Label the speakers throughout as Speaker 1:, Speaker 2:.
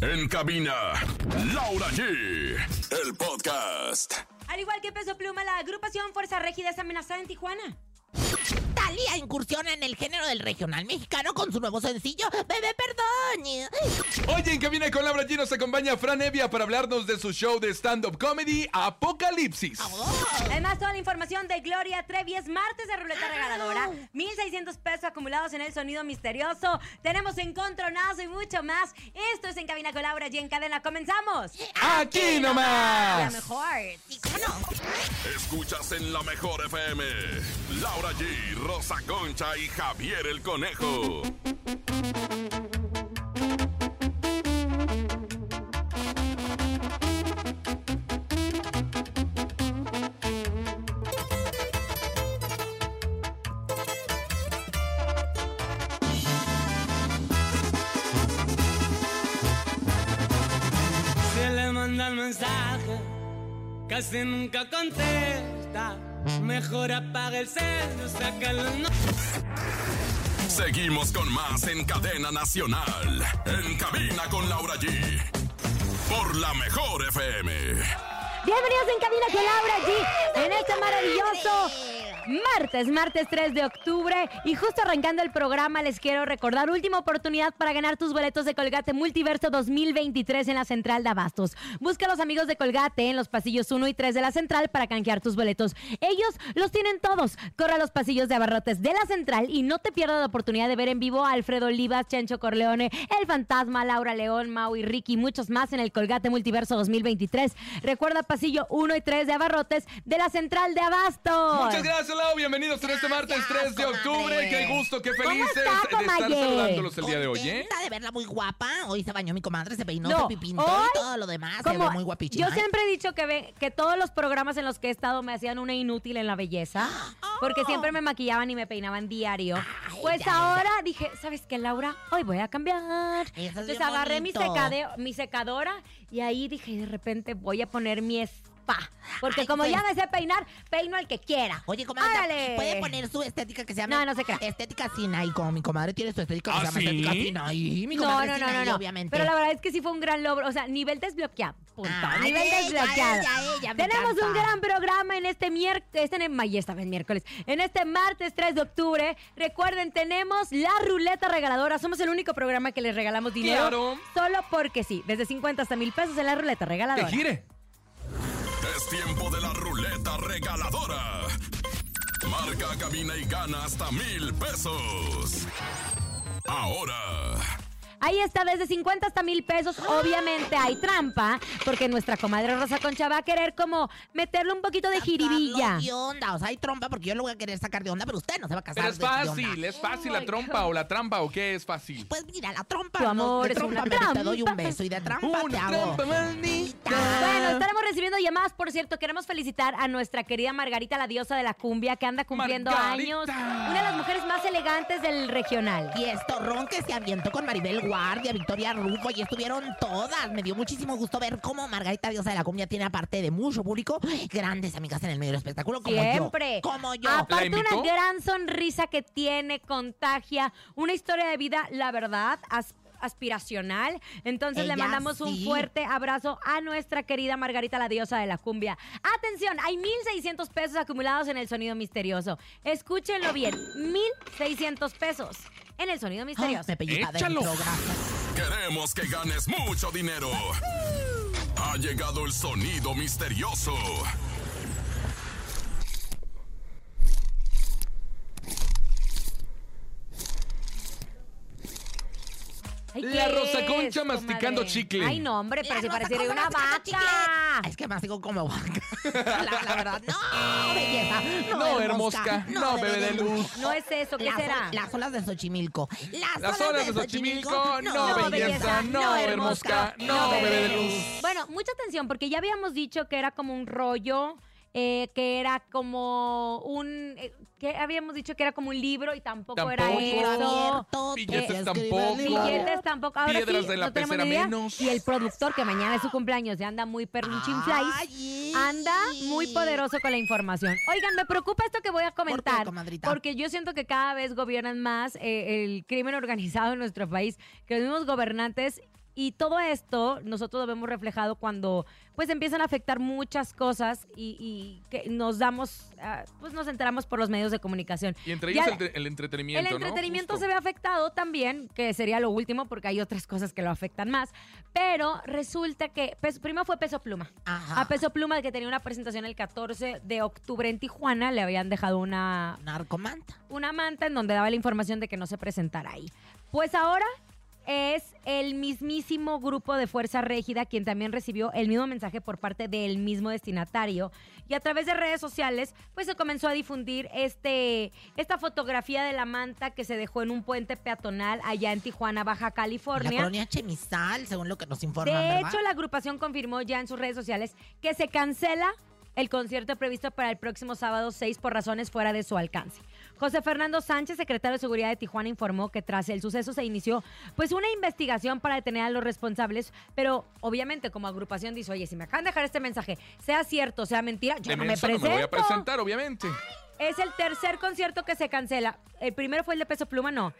Speaker 1: En cabina, Laura G. El podcast.
Speaker 2: Al igual que Peso Pluma, la agrupación Fuerza Régida es amenazada en Tijuana.
Speaker 3: Talía incursiona en el género del regional mexicano con su nuevo sencillo, Bebé Perdón.
Speaker 4: Oye, en cabina con Laura G nos acompaña Fran Evia para hablarnos de su show de stand-up comedy Apocalipsis.
Speaker 2: Ah, Además, toda la información de Gloria Trevi es martes de ruleta regaladora. 1,600 pesos acumulados en el sonido misterioso. Tenemos encontronazo y mucho más. Esto es En Cabina con Laura G en cadena. ¡Comenzamos!
Speaker 4: ¡Aquí
Speaker 2: ah, La
Speaker 4: nomás!
Speaker 2: mejor.
Speaker 3: ¿Y cómo no?
Speaker 1: Escuchas en la mejor FM. Laura G, Rosa Concha y Javier el Conejo.
Speaker 5: Se le mandan mensajes, casi nunca contesta. Mejor apaga el celo, saca la no.
Speaker 1: Seguimos con más en cadena nacional. En cabina con Laura G. Por la mejor FM.
Speaker 2: Bienvenidos en Cabina con Laura G en este maravilloso martes, martes 3 de octubre. Y justo arrancando el programa, les quiero recordar última oportunidad para ganar tus boletos de Colgate Multiverso 2023 en la Central de Abastos. Busca a los amigos de Colgate en los pasillos 1 y 3 de la Central para canjear tus boletos. Ellos los tienen todos. Corre a los pasillos de abarrotes de la Central y no te pierdas la oportunidad de ver en vivo a Alfredo Olivas, Chencho Corleone, El Fantasma, Laura León, Mau y Ricky y muchos más en el Colgate Multiverso 2023. Recuerda pasillo 1 y 3 de abarrotes de la Central de Abastos.
Speaker 4: Muchas gracias, Lau. Bienvenidos en este martes 3 de octubre.
Speaker 3: comadre.
Speaker 4: Qué gusto, qué
Speaker 2: ¿Cómo
Speaker 4: felices
Speaker 2: está,
Speaker 4: de estar
Speaker 2: comadre?
Speaker 4: saludándolos el día de hoy, ¿eh?
Speaker 3: Contenta de verla muy guapa. Hoy se bañó mi comadre, se peinó,
Speaker 2: No,
Speaker 3: se pintó
Speaker 2: hoy,
Speaker 3: y todo lo demás. Se
Speaker 2: Como-
Speaker 3: ve muy guapichina.
Speaker 2: Yo siempre he dicho que, ve- que todos los programas en los que he estado me hacían una inútil en la belleza, porque siempre me maquillaban y me peinaban diario.
Speaker 3: Oh. Ay,
Speaker 2: Pues
Speaker 3: ya, ya.
Speaker 2: ahora dije, ¿sabes qué, Laura? Hoy voy a cambiar.
Speaker 3: Eso es
Speaker 2: Entonces
Speaker 3: bien
Speaker 2: agarré mi,
Speaker 3: bonito.
Speaker 2: secade- mi secadora y ahí dije, de repente voy a poner mi spa. Porque
Speaker 3: Ay,
Speaker 2: como ya me
Speaker 3: pues.
Speaker 2: sé peinar, peino al que quiera.
Speaker 3: Oye, comadre,
Speaker 2: ¡Órale!
Speaker 3: puede poner su estética que se llama.
Speaker 2: No, no se crea.
Speaker 3: Estética Sinai. Como mi comadre tiene su estética que
Speaker 4: ¿Ah,
Speaker 3: se llama
Speaker 4: sí?
Speaker 3: estética Sinai. Mi
Speaker 2: No,
Speaker 3: comadre
Speaker 2: no, no,
Speaker 3: Sinai,
Speaker 2: no, no.
Speaker 3: obviamente.
Speaker 2: Pero la verdad es que sí fue un gran logro. O sea, nivel desbloqueado. Punto.
Speaker 3: Ay,
Speaker 2: nivel
Speaker 3: ella,
Speaker 2: desbloqueado.
Speaker 3: ella, ella, me
Speaker 2: Tenemos
Speaker 3: encanta.
Speaker 2: un gran programa en este miércoles. Este, en- ay, esta vez miércoles. En este martes 3 de octubre. Recuerden, tenemos la ruleta regaladora. Somos el único programa que les regalamos dinero.
Speaker 4: Claro.
Speaker 2: Solo porque sí. Desde 50 hasta mil pesos en la ruleta
Speaker 4: Que
Speaker 2: regaladora.
Speaker 4: gire.
Speaker 1: Es tiempo de la ruleta regaladora. Marca, cabina y gana hasta mil pesos. Ahora.
Speaker 2: Ahí está, desde 50 hasta mil pesos. Obviamente hay trampa, porque nuestra comadre Rosa Concha va a querer como meterle un poquito de
Speaker 3: Sacarlo
Speaker 2: jiribilla.
Speaker 3: de onda. O sea, hay trompa porque yo lo voy a querer sacar de onda, pero usted no se va a casar.
Speaker 4: Pero es
Speaker 3: de- de onda.
Speaker 4: fácil, es fácil
Speaker 2: oh my
Speaker 4: la trompa
Speaker 2: God.
Speaker 4: o la trampa o qué es fácil.
Speaker 3: Pues mira, la trompa.
Speaker 2: Tu
Speaker 3: no,
Speaker 2: amor
Speaker 3: de
Speaker 2: es
Speaker 3: trompa
Speaker 2: una
Speaker 3: me- Te doy un
Speaker 2: trampa.
Speaker 3: beso y de trampa te
Speaker 4: Una
Speaker 3: hago.
Speaker 4: trampa maldita.
Speaker 2: Bueno, estaremos recibiendo llamadas. Por cierto, queremos felicitar a nuestra querida Margarita, la diosa de la cumbia, que anda cumpliendo
Speaker 4: Margarita.
Speaker 2: años. Una de las mujeres más elegantes del regional.
Speaker 3: Y estorrón que se avientó con Maribel Guardia, Victoria Rufo, y estuvieron todas. Me dio muchísimo gusto ver cómo Margarita Diosa de la Cumbia tiene, aparte de mucho público, grandes amigas en el medio del espectáculo, como
Speaker 2: Siempre. Ah, pues,
Speaker 3: yo. Como yo.
Speaker 2: Aparte, una
Speaker 4: ¿La invitó?
Speaker 2: gran sonrisa que tiene, contagia, una historia de vida, la verdad, as- aspiracional. Entonces le
Speaker 3: Ella
Speaker 2: mandamos un
Speaker 3: sí.
Speaker 2: fuerte abrazo a nuestra querida Margarita, la diosa de la cumbia. Atención, hay 1.600 pesos acumulados en el sonido misterioso. Escúchenlo bien, 1.600 pesos en el sonido
Speaker 3: Ay,
Speaker 2: misterioso.
Speaker 3: Ah, me pellizca
Speaker 4: Échalo.
Speaker 3: adentro, gracias.
Speaker 1: Queremos que ganes mucho dinero. Ha llegado el sonido misterioso.
Speaker 2: Ay,
Speaker 4: La
Speaker 2: ¿qué
Speaker 4: Rosa
Speaker 2: es,
Speaker 4: Concha masticando chicle.
Speaker 2: Ay, no, hombre, pero
Speaker 3: La
Speaker 2: si
Speaker 3: Rosa
Speaker 2: pareciera
Speaker 3: Concha
Speaker 2: una vaca.
Speaker 3: masticando chicle. Es que más digo como vaca. La, la verdad, no, belleza. No,
Speaker 4: No, hermosca. No, bebé de luz.
Speaker 2: No es eso, ¿qué
Speaker 3: Las-
Speaker 2: será?
Speaker 3: Las olas de Xochimilco. Las,
Speaker 4: Las olas de Xochimilco,
Speaker 2: no, belleza,
Speaker 4: no belleza, no
Speaker 2: no,
Speaker 4: hermosca,
Speaker 3: no,
Speaker 4: no bebé de
Speaker 3: bebé.
Speaker 4: luz.
Speaker 2: Bueno, mucha atención, porque ya habíamos dicho que era como un rollo, eh, que era como un. eh, que habíamos dicho que era como un libro y tampoco, era
Speaker 4: Tampoco.
Speaker 2: eso.
Speaker 3: Abierto,
Speaker 4: Billetes
Speaker 3: te
Speaker 4: tampoco.
Speaker 3: escribe el libro.
Speaker 2: Billetes tampoco. Ahora
Speaker 4: Piedras
Speaker 2: sí,
Speaker 4: de la
Speaker 2: no tenemos ni
Speaker 4: pecera
Speaker 2: idea.
Speaker 4: menos.
Speaker 2: Y el productor, que mañana es su cumpleaños y anda muy perrunchinflies.
Speaker 3: Ay.
Speaker 2: Anda muy poderoso con la información. Oigan, me preocupa esto que voy a comentar.
Speaker 3: comadrita?
Speaker 2: porque yo siento que cada vez gobiernan más eh, el crimen organizado en nuestro país, que los mismos gobernantes Y todo esto nosotros lo vemos reflejado cuando pues empiezan a afectar muchas cosas y, y que nos damos, ah, pues nos enteramos por los medios de comunicación.
Speaker 4: Y entre
Speaker 2: Ya
Speaker 4: ellos el,
Speaker 2: la-
Speaker 4: tre- el entretenimiento,
Speaker 2: el
Speaker 4: ¿no?
Speaker 2: entretenimiento
Speaker 4: Justo.
Speaker 2: se ve afectado también, que sería lo último, porque hay otras cosas que lo afectan más. Pero resulta que pues, primero fue Peso Pluma.
Speaker 3: Ajá.
Speaker 2: A Peso Pluma, que tenía una presentación el 14 de octubre en Tijuana, le habían dejado una,
Speaker 3: Narcomanta.
Speaker 2: una manta en donde daba la información de que no se presentara ahí. Pues ahora es el mismísimo grupo de Fuerza Régida quien también recibió el mismo mensaje por parte del mismo destinatario y a través de redes sociales pues se comenzó a difundir este esta fotografía de la manta que se dejó en un puente peatonal allá en Tijuana, Baja
Speaker 3: La
Speaker 2: California.
Speaker 3: colonia Chemizal, según lo que nos informan,
Speaker 2: De
Speaker 3: ¿verdad?
Speaker 2: hecho, la agrupación confirmó ya en sus redes sociales que se cancela el concierto previsto para el próximo sábado 6 por razones fuera de su alcance. José Fernando Sánchez, secretario de Seguridad de Tijuana, informó que tras el suceso se inició pues una investigación para detener a los responsables, pero obviamente como agrupación dice, oye, si me acaban de dejar este mensaje, sea cierto, sea mentira, yo
Speaker 4: De
Speaker 2: no me
Speaker 4: menso no me
Speaker 2: presento.
Speaker 4: voy a presentar, obviamente.
Speaker 2: Es el tercer concierto que se cancela. El primero fue el de Peso Pluma, no.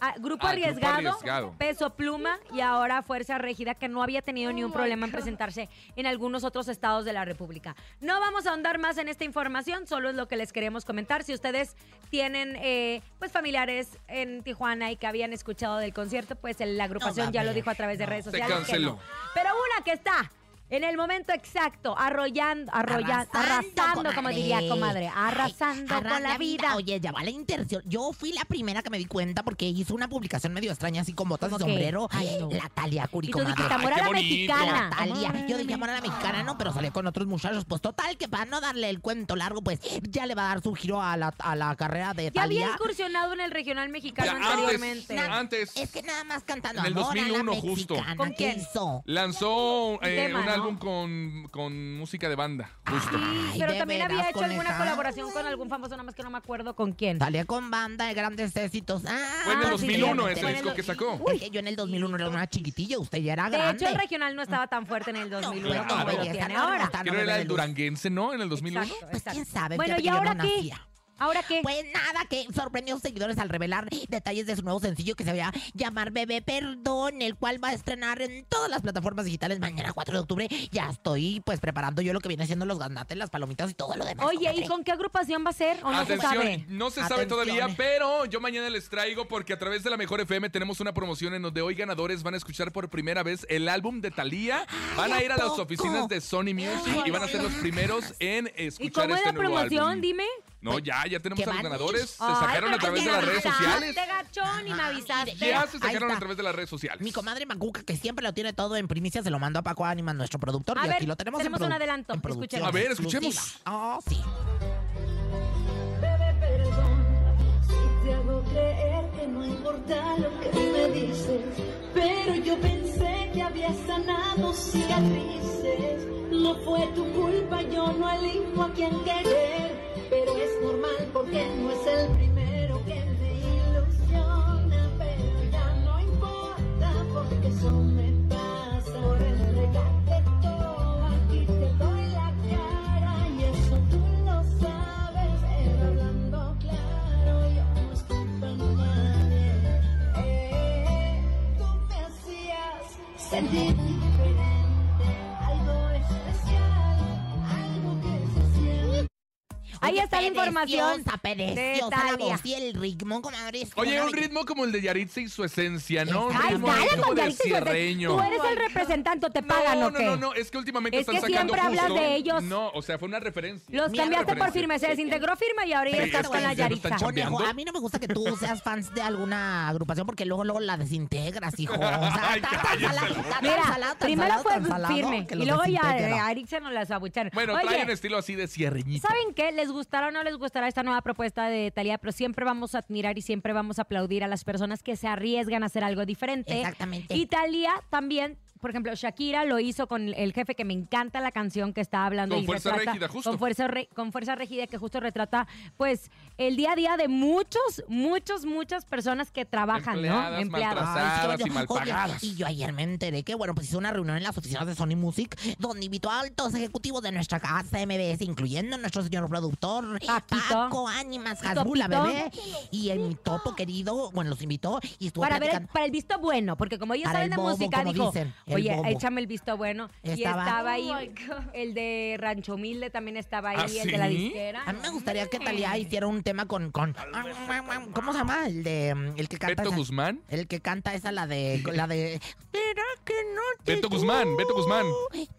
Speaker 2: Ah, grupo,
Speaker 4: Ah, Grupo
Speaker 2: arriesgado,
Speaker 4: Arriesgado.
Speaker 2: Peso Pluma y ahora Fuerza Régida, que no había tenido ni un problema en presentarse en algunos otros estados de la República. No vamos a ahondar más en esta información, solo es lo que les queremos comentar. Si ustedes tienen eh, pues familiares en Tijuana y que habían escuchado del concierto, pues el- la agrupación
Speaker 3: va a
Speaker 2: ya lo
Speaker 3: haber,
Speaker 2: dijo a través de
Speaker 3: no.
Speaker 2: redes
Speaker 4: Se
Speaker 2: sociales. que
Speaker 4: canceló.
Speaker 2: no. Pero una que está. En el momento exacto, arrollando, arrollando,
Speaker 3: Arrasando,
Speaker 2: arrasando, como diría
Speaker 3: comadre.
Speaker 2: comadre, arrasando
Speaker 3: Ay, arras-
Speaker 2: con la vida.
Speaker 3: Oye, ya va la intención. Yo fui la primera que me di cuenta porque hizo una publicación medio extraña, así con botas y
Speaker 2: ¿Cómo qué?
Speaker 3: sombrero.
Speaker 2: Ay, no.
Speaker 3: La Talia Curi,
Speaker 2: Y tú dijiste,
Speaker 3: comadre.
Speaker 2: amor a
Speaker 4: qué
Speaker 2: la
Speaker 4: bonito.
Speaker 2: mexicana.
Speaker 3: Natalia. Yo dije amor a la mexicana, no, pero salió con otros muchachos. Pues total, que para no darle el cuento largo, pues ya le va a dar su giro a la, a la carrera de
Speaker 2: Ya había
Speaker 3: Talia.
Speaker 2: incursionado en el regional mexicano
Speaker 4: Ya, antes,
Speaker 2: anteriormente.
Speaker 4: antes
Speaker 3: Es que nada más cantando
Speaker 4: En el
Speaker 3: amor
Speaker 4: 2001
Speaker 3: a la
Speaker 4: justo.
Speaker 3: mexicana,
Speaker 2: ¿Con
Speaker 3: ¿qué
Speaker 2: quién?
Speaker 3: hizo?
Speaker 4: lanzó eh,
Speaker 2: tema,
Speaker 4: un
Speaker 2: ¿no? Ah,
Speaker 4: álbum con, con música de banda. Justo.
Speaker 2: Sí,
Speaker 3: Ay,
Speaker 2: pero
Speaker 3: de
Speaker 2: también había
Speaker 3: veras,
Speaker 2: hecho
Speaker 3: con
Speaker 2: alguna
Speaker 3: esa.
Speaker 2: colaboración con algún famoso, nada más que no me acuerdo con quién.
Speaker 3: Talia con banda de grandes éxitos. Ah,
Speaker 4: Fue en el
Speaker 2: Ah, sí,
Speaker 4: 2001
Speaker 2: ya,
Speaker 4: ese
Speaker 2: fue en el
Speaker 4: disco que
Speaker 2: dos-
Speaker 4: sacó.
Speaker 3: Es que yo en el 2001 era una chiquitilla, usted ya era
Speaker 2: De
Speaker 3: grande.
Speaker 2: hecho, el regional no estaba tan fuerte en el 2001
Speaker 4: claro,
Speaker 2: como lo
Speaker 4: belleza,
Speaker 2: tiene
Speaker 3: no,
Speaker 2: ahora.
Speaker 3: está-
Speaker 4: Creo
Speaker 3: no,
Speaker 4: era
Speaker 3: no,
Speaker 4: el
Speaker 3: no.
Speaker 4: duranguense, ¿no? En el 2001.
Speaker 2: Exacto,
Speaker 3: Pues quién
Speaker 2: exacto.
Speaker 3: sabe,
Speaker 2: Bueno,
Speaker 3: fíjate
Speaker 2: ¿y
Speaker 3: que yo
Speaker 2: ahora
Speaker 3: no
Speaker 2: qué?
Speaker 3: nacía.
Speaker 2: ¿Ahora qué?
Speaker 3: Pues nada, que sorprendió a sus seguidores al revelar detalles de su nuevo sencillo que se va a llamar Bebé Perdón, el cual va a estrenar en todas las plataformas digitales mañana 4 de octubre. Ya estoy pues preparando yo lo que viene haciendo los gandates, las palomitas y todo lo demás.
Speaker 2: Oye, ¿y
Speaker 3: comadre.
Speaker 2: con qué agrupación va a ser o no
Speaker 4: Atención,
Speaker 2: se sabe?
Speaker 4: no se sabe
Speaker 3: Atención.
Speaker 4: todavía, pero yo mañana les traigo porque a través de la Mejor FM tenemos una promoción en donde hoy ganadores van a escuchar por primera vez el álbum de Thalía. Van a
Speaker 3: ¿a
Speaker 4: ir a las
Speaker 3: poco?
Speaker 4: oficinas de Sony Music y van a ser los primeros en
Speaker 2: ¿Y
Speaker 4: escuchar
Speaker 2: cómo es
Speaker 4: este
Speaker 2: la
Speaker 4: nuevo
Speaker 2: promoción?
Speaker 4: álbum.
Speaker 2: Dime.
Speaker 4: No, ya, ya
Speaker 3: que
Speaker 4: tenemos a
Speaker 3: van
Speaker 4: los
Speaker 3: a ir.
Speaker 4: ganadores. Se
Speaker 2: Ay,
Speaker 4: sacaron a
Speaker 2: pero
Speaker 4: través
Speaker 2: que
Speaker 4: de las redes
Speaker 2: avisaste,
Speaker 4: sociales.
Speaker 2: gachón, y me
Speaker 3: Ajá,
Speaker 2: avisaste.
Speaker 3: y de-
Speaker 4: Ya se
Speaker 3: Ahí
Speaker 4: sacaron a
Speaker 3: está.
Speaker 4: través de las redes sociales.
Speaker 3: Mi comadre Macuca, que siempre lo tiene todo en primicia, se lo mandó a Paco Ánimas, nuestro productor.
Speaker 2: A
Speaker 3: y
Speaker 2: ver,
Speaker 3: aquí lo tenemos, en
Speaker 2: tenemos un
Speaker 3: produ-
Speaker 2: adelanto,
Speaker 3: en producción
Speaker 4: escuchemos. A ver,
Speaker 3: exclusiva.
Speaker 4: escuchemos.
Speaker 3: Oh, sí.
Speaker 6: Bebé, perdón si te hago creer que no importa lo que me dices. Pero yo pensé que habías sanado cicatrices. No fue tu culpa, yo no elijo a quien querer. Pero es normal porque no es el primero que me ilusiona. Pero ya no importa porque eso me pasa. Por el recateto aquí te doy la cara y eso tú lo sabes. Pero hablando claro, yo no estoy culpa de nadie. Eh, tú me hacías sentir diferente, algo especial, algo que se siente.
Speaker 2: Ahí
Speaker 3: Oye,
Speaker 2: está la información
Speaker 3: preciosa, preciosa, la
Speaker 2: Talia.
Speaker 3: voz y el ritmo, comadre. es
Speaker 4: Oye,
Speaker 3: una
Speaker 4: un
Speaker 3: belleza.
Speaker 4: ritmo como el de Yaritza y su esencia, ¿no? Un
Speaker 3: Ay,
Speaker 2: Ay,
Speaker 4: ritmo
Speaker 3: dale,
Speaker 4: ahí
Speaker 2: dale
Speaker 4: como
Speaker 2: con
Speaker 4: de
Speaker 2: Yaritza y su-
Speaker 4: cierreño.
Speaker 2: Tú eres el representante, te pagan
Speaker 4: no,
Speaker 2: o qué.
Speaker 4: No, no, no, es que últimamente
Speaker 2: Es
Speaker 4: están
Speaker 2: que
Speaker 4: sacando
Speaker 2: siempre hablas
Speaker 4: justo-
Speaker 2: de ellos.
Speaker 4: No, o sea, fue una referencia.
Speaker 2: Los
Speaker 4: Una
Speaker 2: cambiaste por
Speaker 4: referencia.
Speaker 2: firme, se desintegró firme y ahora ya
Speaker 4: Sí,
Speaker 2: estás
Speaker 4: es
Speaker 2: con
Speaker 4: que
Speaker 2: la
Speaker 4: ya no están
Speaker 2: Yaritza.
Speaker 4: chambeando.
Speaker 3: Conejo, a mí no me gusta que tú seas fans de alguna agrupación porque luego luego la desintegras, hijo. O sea,
Speaker 4: Ay,
Speaker 3: está tan
Speaker 4: cállese,
Speaker 3: salado,
Speaker 4: loco.
Speaker 3: está tan
Speaker 2: Mira,
Speaker 3: salado, tan
Speaker 2: primero
Speaker 3: salado,
Speaker 2: fue
Speaker 3: tan salado
Speaker 2: firme
Speaker 3: que
Speaker 2: y
Speaker 3: los
Speaker 2: luego ya eh,
Speaker 3: desintegra.
Speaker 2: a Yaritza nos las abucharon.
Speaker 4: Bueno,
Speaker 2: Oye,
Speaker 4: trae un estilo así de cierreñito.
Speaker 2: ¿Saben qué? Les gustará o no les gustará esta nueva propuesta de Talía, pero siempre vamos a admirar y siempre vamos a aplaudir a las personas que se arriesgan a hacer algo diferente.
Speaker 3: Exactamente.
Speaker 2: Y Talía también por ejemplo, Shakira lo hizo con el jefe, que me encanta la canción que está hablando.
Speaker 4: Con
Speaker 2: y
Speaker 4: Fuerza
Speaker 2: retrata-
Speaker 4: Régida, justo.
Speaker 2: Con fuerza, Re- con fuerza Régida, que justo retrata, pues, el día a día de muchos, muchos, muchas personas que trabajan, ¿no?
Speaker 4: Empleadas, maltratadas. Pasadas y mal
Speaker 3: Oye,
Speaker 4: pagadas.
Speaker 3: y yo ayer me enteré que, bueno, pues hizo una reunión en las oficinas de Sony Music donde invitó a altos ejecutivos de nuestra casa MBS, incluyendo a nuestro señor productor
Speaker 2: Paquito.
Speaker 3: Paco Ánimas
Speaker 2: Paquito,
Speaker 3: Hasbula,
Speaker 2: Pito.
Speaker 3: bebé. Y mi topo querido, bueno, los invitó y estuvo
Speaker 2: Para, ver el-
Speaker 3: platicando.
Speaker 2: para el visto bueno, porque como ellos
Speaker 3: Para
Speaker 2: saben de
Speaker 3: el bobo,
Speaker 2: música,
Speaker 3: como
Speaker 2: dijo,
Speaker 3: dicen, el
Speaker 2: oye,
Speaker 3: bobo".
Speaker 2: échame el visto bueno. Y
Speaker 3: Estaba-
Speaker 2: estaba ahí,
Speaker 7: Oh, my God.
Speaker 2: el de Rancho Humilde también estaba ahí,
Speaker 4: ¿Ah,
Speaker 2: el de la
Speaker 4: sí?
Speaker 2: disquera.
Speaker 3: A mí me gustaría que Talía hiciera un tema con, con ¿cómo se llama? El de mm, el que canta
Speaker 4: Beto
Speaker 3: esa-
Speaker 4: Guzmán.
Speaker 3: El que canta esa la de la de Espera que no te
Speaker 4: Beto Guzmán, Beto Guzmán.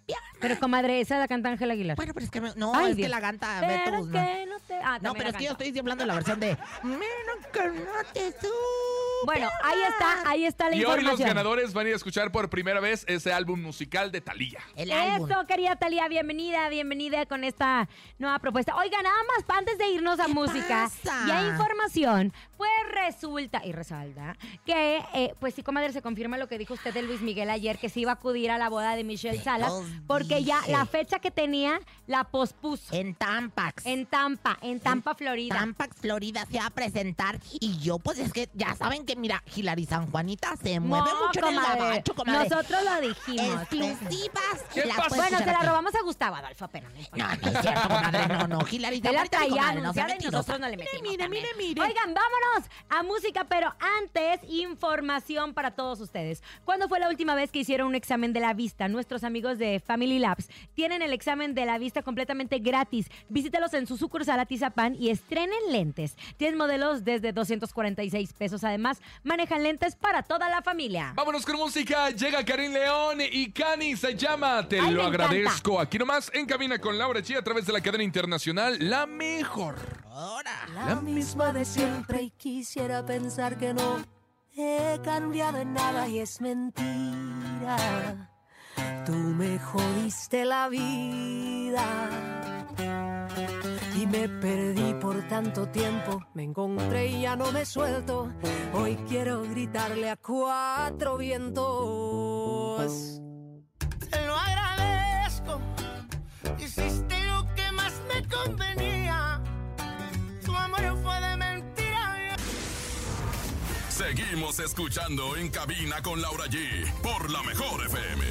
Speaker 3: Ya.
Speaker 2: Pero comadre, esa la canta Ángel Aguilar.
Speaker 3: Bueno, pero es que me- no,
Speaker 2: Ay,
Speaker 3: es
Speaker 2: Dios.
Speaker 3: que la canta Beto
Speaker 2: Pero
Speaker 3: Guzmán.
Speaker 2: que no te... Ah,
Speaker 3: No,
Speaker 2: también
Speaker 3: pero
Speaker 2: la
Speaker 3: es que yo
Speaker 2: canta.
Speaker 3: estoy hablando de la versión de Menos que no te supe
Speaker 2: Bueno, ahí está, ahí está la
Speaker 4: Y hoy
Speaker 2: información.
Speaker 4: los ganadores van a ir a escuchar por primera vez ese álbum musical de Thalía.
Speaker 3: El álbum.
Speaker 2: Eso, querida Talía, bienvenida, bienvenida con esta nueva propuesta. Oiga, nada más, antes de irnos a música
Speaker 3: pasa?
Speaker 2: y a información, pues resulta y resalta que, eh, pues sí, comadre, se confirma lo que dijo usted de Luis Miguel ayer, que se iba a acudir a la boda de Michelle
Speaker 3: Te
Speaker 2: Salas,
Speaker 3: los
Speaker 2: porque ya
Speaker 3: dije.
Speaker 2: la fecha que tenía la pospuso.
Speaker 3: En Tampax.
Speaker 2: En Tampa, en Tampa, Florida.
Speaker 3: Tampax, Florida se va a presentar. Y yo, pues es que ya saben que, mira, Hilary San Juanita se mueve
Speaker 2: No,
Speaker 3: mucho en el
Speaker 2: comadre,
Speaker 3: gabacho, comadre. Este,
Speaker 2: Nosotros lo dijimos.
Speaker 3: Exclusivas.
Speaker 4: ¿Qué
Speaker 3: las
Speaker 4: pasó?
Speaker 2: Bueno,
Speaker 3: puedes escuchar
Speaker 2: se la
Speaker 3: aquí.
Speaker 2: robamos a Gustavo Adolfo, pero no
Speaker 3: No,
Speaker 2: importa.
Speaker 3: no es cierto, comadre. No, no, Hilary
Speaker 2: Se
Speaker 3: San
Speaker 2: la
Speaker 3: Juanita,
Speaker 2: traía
Speaker 3: comadre, no sea
Speaker 2: anunciada y
Speaker 3: mentirosa.
Speaker 2: nosotros no le metimos.
Speaker 3: Mire, mire,
Speaker 2: también.
Speaker 3: mire, mire.
Speaker 2: Oigan, vámonos a música, pero antes, información para todos ustedes. ¿Cuándo fue la última vez que hicieron un examen de la vista? Nuestros amigos de Family Labs tienen el examen de la vista completamente gratis. Visítelos en su sucursal Atizapán y estrenen lentes. Tienen modelos desde 246 pesos. Además, manejan lentes para toda la familia.
Speaker 4: Vámonos con música. Llega Karim León y Cani se llama. Te
Speaker 2: Ay,
Speaker 4: lo
Speaker 2: me encanta.
Speaker 4: agradezco. Aquí nomás en Cabina con Laura G a través de la cadena internacional La Mejor.
Speaker 3: Ahora.
Speaker 8: La misma de siempre y quisiera pensar que no he cambiado en nada y es mentira. Tú me jodiste la vida y me perdí por tanto tiempo. Me encontré y ya no me suelto. Hoy quiero gritarle a cuatro vientos.
Speaker 9: Te lo agradezco. Hiciste lo que más me convenía. Tu amor fue de mentira.
Speaker 1: Seguimos escuchando en cabina con Laura G por la mejor FM.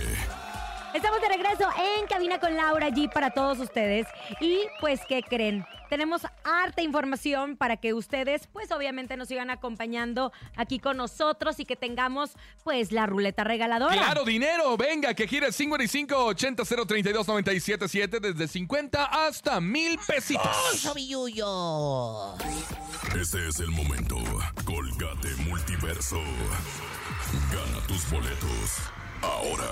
Speaker 2: Estamos de regreso en Cabina con Laura G para todos ustedes. Y pues, ¿qué creen? Tenemos harta información para que ustedes, pues obviamente nos sigan acompañando aquí con nosotros y que tengamos, pues, la ruleta regaladora.
Speaker 4: Claro, dinero. Venga, que gire 55 80 032 977 desde 50 hasta mil pesitos.
Speaker 3: Sobilluyo.
Speaker 1: Este es el momento. Colgate Multiverso. Gana tus boletos. Ahora.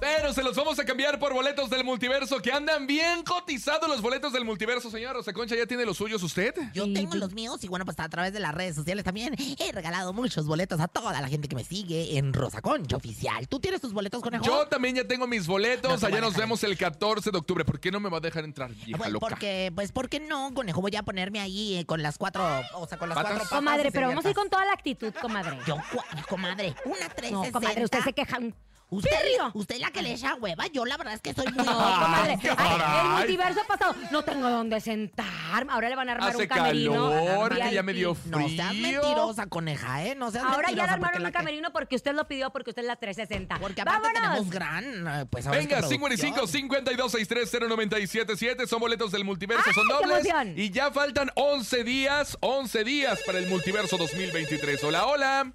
Speaker 4: Pero se los vamos a cambiar por boletos del multiverso que andan bien cotizados los boletos del multiverso, señora Rosa Concha. ¿Ya tiene los suyos usted?
Speaker 3: Yo
Speaker 2: Y
Speaker 3: tengo
Speaker 2: di-
Speaker 3: los míos y bueno, pues a través de las redes sociales también he regalado muchos boletos a toda la gente que me sigue en Rosa Concha Oficial. ¿Tú tienes tus boletos, conejo?
Speaker 4: Yo también ya tengo mis
Speaker 3: No
Speaker 4: boletos.
Speaker 3: te voy
Speaker 4: Allá
Speaker 3: a
Speaker 4: nos
Speaker 3: dejar.
Speaker 4: vemos el 14 de octubre. ¿Por qué no me va a dejar entrar, vieja
Speaker 3: Pues
Speaker 4: loca?
Speaker 3: porque, pues porque no, conejo, voy a ponerme ahí eh, con las cuatro, o sea, con las cuatro
Speaker 4: Patas.
Speaker 3: patas.
Speaker 2: comadre, pero vamos a ir
Speaker 3: abiertas.
Speaker 2: con toda la actitud, comadre.
Speaker 3: Yo, cua- comadre, una 360.
Speaker 2: no, comadre, usted se queja. un-
Speaker 3: Usted,
Speaker 2: ¡Pirrio!
Speaker 3: usted es la que le echa hueva, yo la verdad es que soy muy...
Speaker 2: No, comadre.
Speaker 4: qué
Speaker 2: ay, el
Speaker 4: caray.
Speaker 2: multiverso ha pasado. No tengo dónde sentarme. Ahora le van a armar
Speaker 4: Hace
Speaker 2: un camerino.
Speaker 4: calor, que ya me dio
Speaker 2: VIP.
Speaker 4: frío.
Speaker 3: No seas mentirosa, coneja, ¿eh? No seas
Speaker 2: Ahora ya le
Speaker 3: mentirosa, porque
Speaker 2: armaron
Speaker 3: la
Speaker 2: un
Speaker 3: que-
Speaker 2: camerino porque usted lo pidió, porque usted es la 360.
Speaker 3: Porque aparte
Speaker 2: ¡Vámonos!
Speaker 3: tenemos gran, eh, pues ahora sí que
Speaker 4: Venga,
Speaker 3: producción.
Speaker 4: 55 52 630 977 Son boletos del multiverso,
Speaker 2: ¡Ay,
Speaker 4: son
Speaker 2: qué
Speaker 4: dobles.
Speaker 2: emoción!
Speaker 4: Y ya faltan 11 días, 11 días para el multiverso 2023. Hola, hola.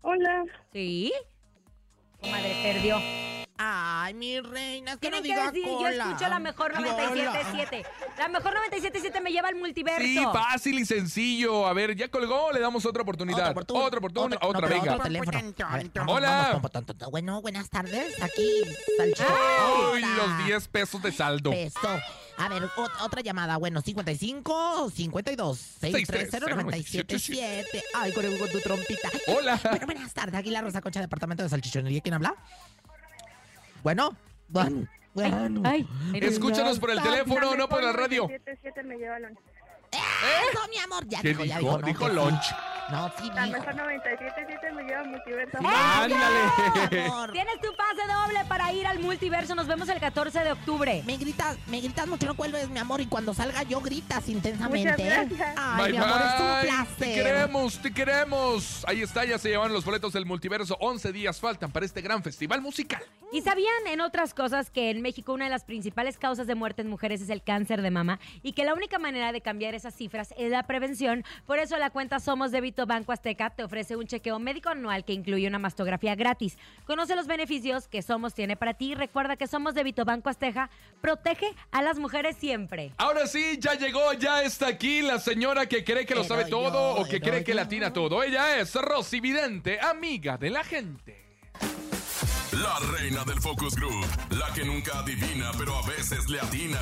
Speaker 10: Hola.
Speaker 2: ¿Sí? Comadre, perdió.
Speaker 3: Ay, mi reina, es que no
Speaker 2: Tienen que
Speaker 3: diga
Speaker 2: decir, yo
Speaker 3: cola.
Speaker 2: escucho la mejor
Speaker 3: Cola.
Speaker 2: 97.7. La mejor 97.7 me lleva al multiverso.
Speaker 4: Sí, fácil y sencillo. A ver, ya colgó, le damos otra oportunidad.
Speaker 3: Otra oportunidad.
Speaker 4: Otra oportunidad,
Speaker 3: Otra- no,
Speaker 4: otra,
Speaker 3: pero
Speaker 4: venga.
Speaker 3: Otro teléfono. A ver, vamos,
Speaker 4: Hola.
Speaker 3: vamos, vamos, tonto, tonto. Bueno, buenas tardes. Aquí, Salchón.
Speaker 4: Ay, los 10 pesos de saldo.
Speaker 3: Peso. A ver, ot- otra llamada. Bueno, 55 52 630 977. Ay, conejo con tu trompita.
Speaker 4: Hola.
Speaker 3: Bueno, buenas tardes. Aquí la Rosa Concha, departamento de salchichonería. ¿Quién habla? Bueno, bueno, bueno.
Speaker 2: Ay,
Speaker 4: Escúchanos por el teléfono,
Speaker 10: La
Speaker 4: no por la
Speaker 10: mejor
Speaker 4: radio.
Speaker 10: 97.7 me lleva a la
Speaker 3: Eso, mi amor. Ya
Speaker 4: ¿Qué
Speaker 3: dijo, ya
Speaker 4: dijo?
Speaker 3: dijo. no,
Speaker 4: Dijo
Speaker 3: que sí.
Speaker 4: lunch.
Speaker 3: No, sí,
Speaker 10: La
Speaker 3: dijo.
Speaker 10: mejor 97.7 me lleva a multiverso.
Speaker 4: Ándale.
Speaker 3: Amor.
Speaker 2: Tienes tu pase doble para ir al multiverso. Nos vemos el 14 de octubre.
Speaker 3: Me gritas, me gritas mucho, no vuelves, mi amor, y cuando salga yo gritas intensamente.
Speaker 10: Muchas gracias.
Speaker 3: Ay, mi amor, es un placer.
Speaker 4: Te queremos, te queremos. Ahí está, ya se llevan los boletos del multiverso. 11 días faltan para este gran festival musical.
Speaker 2: ¿Y sabían en otras cosas que en México una de las principales causas de muerte en mujeres es el cáncer de mama y que la única manera de cambiar esas cifras es la prevención? Por eso la cuenta Somos Débito Banco Azteca te ofrece un chequeo médico anual que incluye una mastografía gratis. Conoce los beneficios que Somos tiene para ti y recuerda que Somos Débito Banco Azteca protege a las mujeres siempre.
Speaker 4: Ahora sí, ya llegó, ya está aquí la señora que cree que lo
Speaker 3: Pero
Speaker 4: sabe todo
Speaker 3: yo,
Speaker 4: o que
Speaker 3: pero
Speaker 4: cree que
Speaker 3: yo.
Speaker 4: la latina todo. Ella es Rosy Vidente, amiga de la gente.
Speaker 1: La reina del Focus Group, la que nunca adivina pero a veces le atina.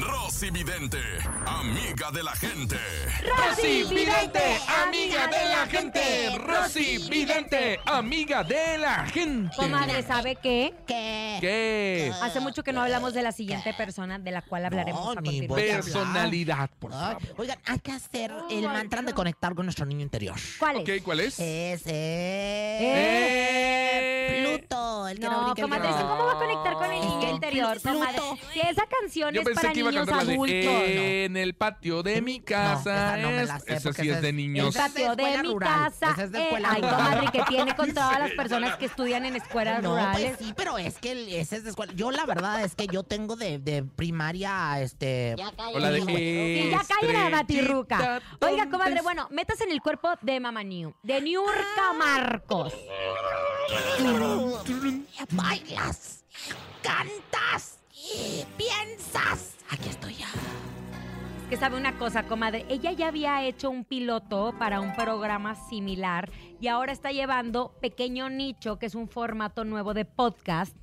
Speaker 1: Rosy Vidente, amiga de la gente.
Speaker 4: Rosy
Speaker 3: Vidente, amiga de la gente.
Speaker 4: Rosy Vidente, amiga de la gente.
Speaker 2: Comadre, ¿sabe qué?
Speaker 3: ¿Qué?
Speaker 4: ¿Qué?
Speaker 2: Hace mucho que no hablamos de la siguiente persona de la cual hablaremos a
Speaker 3: No, ni voy
Speaker 2: continuación.
Speaker 3: a-
Speaker 4: Personalidad, por
Speaker 3: Ay,
Speaker 4: favor.
Speaker 3: oigan, hay que hacer el mantra de conectar con nuestro niño interior.
Speaker 2: ¿Cuál es?
Speaker 4: Ok, ¿cuál es?
Speaker 3: Ese.
Speaker 2: Eh.
Speaker 4: Eh,
Speaker 3: Pluto, el que no,
Speaker 2: No,
Speaker 3: brinca, el que
Speaker 2: comadre,
Speaker 4: no.
Speaker 2: ¿eso ¿cómo va a conectar con el niño
Speaker 3: No.
Speaker 2: interior,
Speaker 3: Pluto.
Speaker 2: comadre? Si esa canción
Speaker 4: Yo
Speaker 2: es
Speaker 4: pensé
Speaker 2: para
Speaker 4: que iba a
Speaker 2: niños
Speaker 4: cantar la de eh,
Speaker 2: adultos.
Speaker 4: En el patio de mi
Speaker 3: esa
Speaker 4: casa.
Speaker 3: no me la
Speaker 4: es-
Speaker 3: sé,
Speaker 4: esa
Speaker 3: porque
Speaker 4: sí
Speaker 3: esa
Speaker 4: es de
Speaker 3: es-
Speaker 4: niños.
Speaker 3: esa-
Speaker 2: patio de,
Speaker 3: escuela
Speaker 2: mi
Speaker 3: rural,
Speaker 2: casa.
Speaker 3: esa es de
Speaker 2: eh,
Speaker 3: escuela
Speaker 2: ay,
Speaker 3: rural.
Speaker 2: comadre, que tiene con todas las personas que estudian en escuelas
Speaker 3: No,
Speaker 2: rurales.
Speaker 3: pues sí, pero es que el- ese es de escuela. Yo la verdad es que yo tengo de, de primaria, este...
Speaker 4: O la de.
Speaker 2: Sí, ya cae la
Speaker 4: Estrellita, pues.
Speaker 2: batirruca. Oiga,
Speaker 4: ¿dónde
Speaker 2: comadre,
Speaker 4: estás?
Speaker 2: bueno, metas en el cuerpo de Mama New, de
Speaker 3: Ah.
Speaker 2: Niurka Marcos.
Speaker 3: Bailas, cantas, piensas. Aquí estoy ya.
Speaker 2: Que sabe una cosa, comadre. Ella ya había hecho un piloto para un programa similar y ahora está llevando Pequeño Nicho, que es un formato nuevo de podcast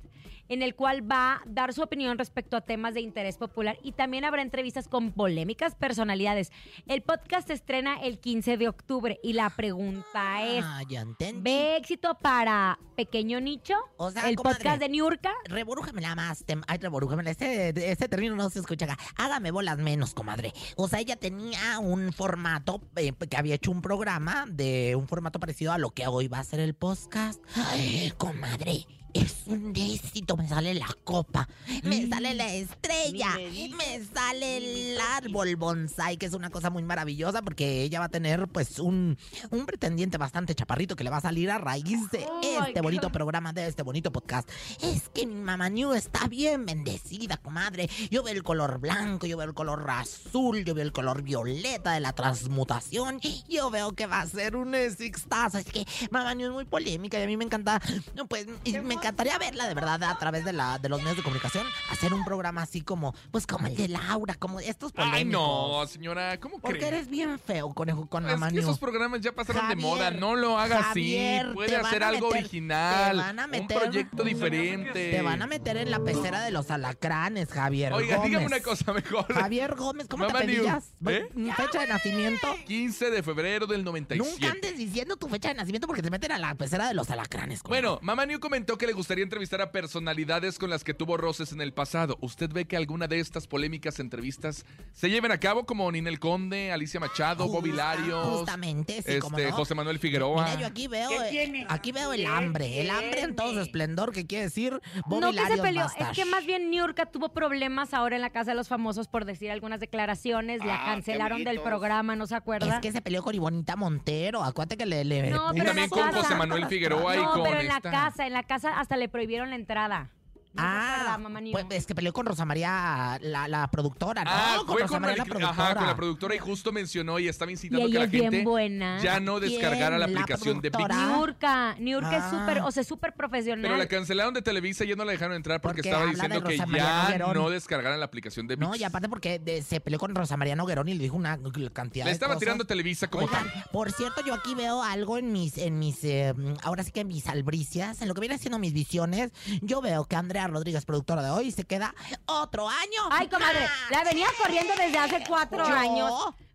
Speaker 2: en el cual va a dar su opinión respecto a temas de interés popular y también habrá entrevistas con polémicas personalidades. El podcast se estrena el 15 de octubre y la pregunta es,
Speaker 3: Ah, ya entendí.
Speaker 2: ¿ve éxito para Pequeño Nicho?
Speaker 3: O sea,
Speaker 2: el
Speaker 3: comadre.
Speaker 2: podcast de Niurka.
Speaker 3: Reborújamela más. tem- Ay, reborújamela. Este, este término no se escucha acá. Hágame bolas menos, comadre. O sea, ella tenía un formato eh, que había hecho un programa de un formato parecido a lo que hoy va a ser el podcast. Ay, comadre. Es un éxito, me sale la copa, me sale la estrella, Mm. me sale el árbol bonsai, que es una cosa muy maravillosa porque ella va a tener pues un, un pretendiente bastante chaparrito que le va a salir a raíz de
Speaker 2: Oh, my
Speaker 3: este bonito
Speaker 2: God.
Speaker 3: programa, de este bonito podcast. Es que mi mamá New está bien bendecida, comadre. Yo veo el color blanco, yo veo el color azul, yo veo el color violeta de la transmutación. Yo veo que va a ser un sixtazo. Es que mamá New es muy polémica y a mí me encanta, no, pues y me encantaría verla de verdad a través de, la, de los medios de comunicación, hacer un programa así como, pues como el de Laura, como estos polémicos.
Speaker 4: Ay, no, señora, ¿cómo
Speaker 3: Porque
Speaker 4: crees?
Speaker 3: eres bien feo, conejo, con
Speaker 4: Es
Speaker 3: mamá
Speaker 4: que
Speaker 3: New.
Speaker 4: esos programas ya pasaron de
Speaker 3: Javier,
Speaker 4: moda, no lo haga
Speaker 3: Javier,
Speaker 4: así.
Speaker 3: te
Speaker 4: Puede
Speaker 3: van
Speaker 4: hacer
Speaker 3: a
Speaker 4: algo
Speaker 3: meter-
Speaker 4: original,
Speaker 3: te van a meter-
Speaker 4: un proyecto diferente.
Speaker 3: Te van a meter en la pecera de los alacranes, Javier.
Speaker 4: Oiga,
Speaker 3: Gómez.
Speaker 4: dígame una cosa mejor.
Speaker 3: Javier Gómez, ¿cómo
Speaker 4: Mamá
Speaker 3: te
Speaker 4: New,
Speaker 3: pedías?
Speaker 4: ¿eh?
Speaker 3: ¿Fecha de nacimiento?
Speaker 4: 15 de febrero del 97.
Speaker 3: Nunca andes diciendo tu fecha de nacimiento porque te meten a la pecera de los alacranes. comadre.
Speaker 4: Bueno, Mamá New comentó que le gustaría entrevistar a personalidades con las que tuvo roces en el pasado. ¿Usted ve que alguna de estas polémicas entrevistas se lleven a cabo como Ninel Conde, Alicia Machado,
Speaker 3: Justa-
Speaker 4: Bobby Larios,
Speaker 3: Justamente, sí, cómo
Speaker 4: este,
Speaker 3: no.
Speaker 4: José Manuel Figueroa?
Speaker 3: Mira, yo aquí veo,
Speaker 10: ¿Qué
Speaker 3: eh,
Speaker 10: tiene?
Speaker 3: aquí veo el
Speaker 10: ¿Qué
Speaker 3: hambre, el hambre en todo su
Speaker 10: tiene?
Speaker 3: esplendor, que quiere decir Bobby
Speaker 2: no que se
Speaker 3: Larios
Speaker 2: peleó, es
Speaker 3: Mustache.
Speaker 2: que más bien Niurka tuvo problemas ahora en la casa de los famosos por decir algunas declaraciones, la
Speaker 10: Ah,
Speaker 2: cancelaron
Speaker 10: qué
Speaker 2: del
Speaker 10: amiguitos.
Speaker 2: programa, ¿no se acuerda?
Speaker 3: Es que se peleó con Ivonita Montero, acuérdate que le... le
Speaker 2: No,
Speaker 4: y
Speaker 2: pero
Speaker 4: también
Speaker 2: en la
Speaker 4: con
Speaker 2: casa.
Speaker 4: José Manuel Figueroa y
Speaker 2: no,
Speaker 4: con
Speaker 2: pero en la
Speaker 4: esta-
Speaker 2: casa, en la casa hasta le prohibieron la entrada. No se acuerda,
Speaker 3: Ah,
Speaker 2: mamá Niu.
Speaker 3: pues es que peleó con Rosa María, la, la productora, ¿no?
Speaker 4: Ah,
Speaker 3: con
Speaker 4: fue
Speaker 3: Rosa
Speaker 4: con,
Speaker 3: María,
Speaker 4: el-
Speaker 3: la productora.
Speaker 4: ajá, con la productora y justo mencionó y estaba
Speaker 2: y
Speaker 4: incitando que
Speaker 2: ella
Speaker 4: la
Speaker 2: es bien
Speaker 4: gente
Speaker 2: buena.
Speaker 4: ya no descargara la
Speaker 3: ¿Quién? La
Speaker 4: aplicación de Big.
Speaker 3: productora.
Speaker 2: Niurka, Niurka es
Speaker 3: Ah.
Speaker 2: súper, o sea, súper
Speaker 4: Pero
Speaker 2: profesional.
Speaker 4: la cancelaron de Televisa y ya no la dejaron entrar porque,
Speaker 3: Porque
Speaker 4: estaba
Speaker 3: habla
Speaker 4: diciendo
Speaker 3: de
Speaker 4: que
Speaker 3: Rosa María
Speaker 4: ya
Speaker 3: Noguerón.
Speaker 4: no descargaran la aplicación de Big.
Speaker 3: No, y aparte porque de- se peleó con Rosa María Noguerón y le dijo una cantidad
Speaker 4: Le
Speaker 3: de
Speaker 4: estaba
Speaker 3: cosas.
Speaker 4: tirando Televisa como
Speaker 3: Oigan,
Speaker 4: tal.
Speaker 3: por cierto, yo aquí veo algo en mis, en mis, eh, ahora sí que en mis albricias, en lo que viene siendo mis visiones. Yo veo que Andrea Rodríguez, productora de hoy, se queda otro año.
Speaker 2: Ay, comadre,
Speaker 3: más.
Speaker 2: la venía corriendo desde hace cuatro
Speaker 3: Yo,
Speaker 2: años.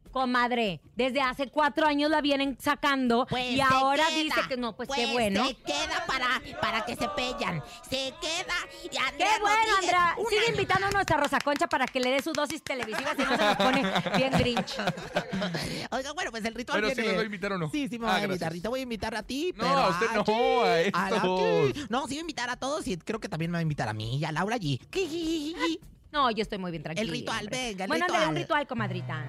Speaker 2: Comadre, desde hace cuatro años la vienen sacando
Speaker 3: Pues
Speaker 2: y
Speaker 3: se
Speaker 2: ahora
Speaker 3: queda.
Speaker 2: dice que no, pues, qué
Speaker 3: Pues
Speaker 2: bueno.
Speaker 3: Se queda para, para que se pellan. Se queda. Y
Speaker 2: Qué
Speaker 3: Andrea
Speaker 2: bueno,
Speaker 3: Rodríguez,
Speaker 2: Andrea.
Speaker 3: un
Speaker 2: Sigue
Speaker 3: año.
Speaker 2: invitando a nuestra Rosa Concha para que le dé su dosis televisiva si no se nos pone bien grinch.
Speaker 3: Oiga, bueno, pues el ritual
Speaker 4: Pero sí
Speaker 3: viene...
Speaker 4: les voy a invitar o no.
Speaker 3: Sí, sí me voy
Speaker 4: Ah,
Speaker 3: a
Speaker 4: gracias.
Speaker 3: invitar. Y te voy a invitar a ti,
Speaker 4: No,
Speaker 3: pero
Speaker 4: a usted no, a
Speaker 3: ti, la
Speaker 4: estos.
Speaker 3: ti. No, sí voy a invitar a todos y creo que también me va a invitar a mí y a Laura allí.
Speaker 2: No, yo estoy muy bien tranquila.
Speaker 3: El ritual,
Speaker 2: hombre.
Speaker 3: venga, el
Speaker 2: Bueno, ándale, un
Speaker 3: ritual.
Speaker 2: ritual, comadrita.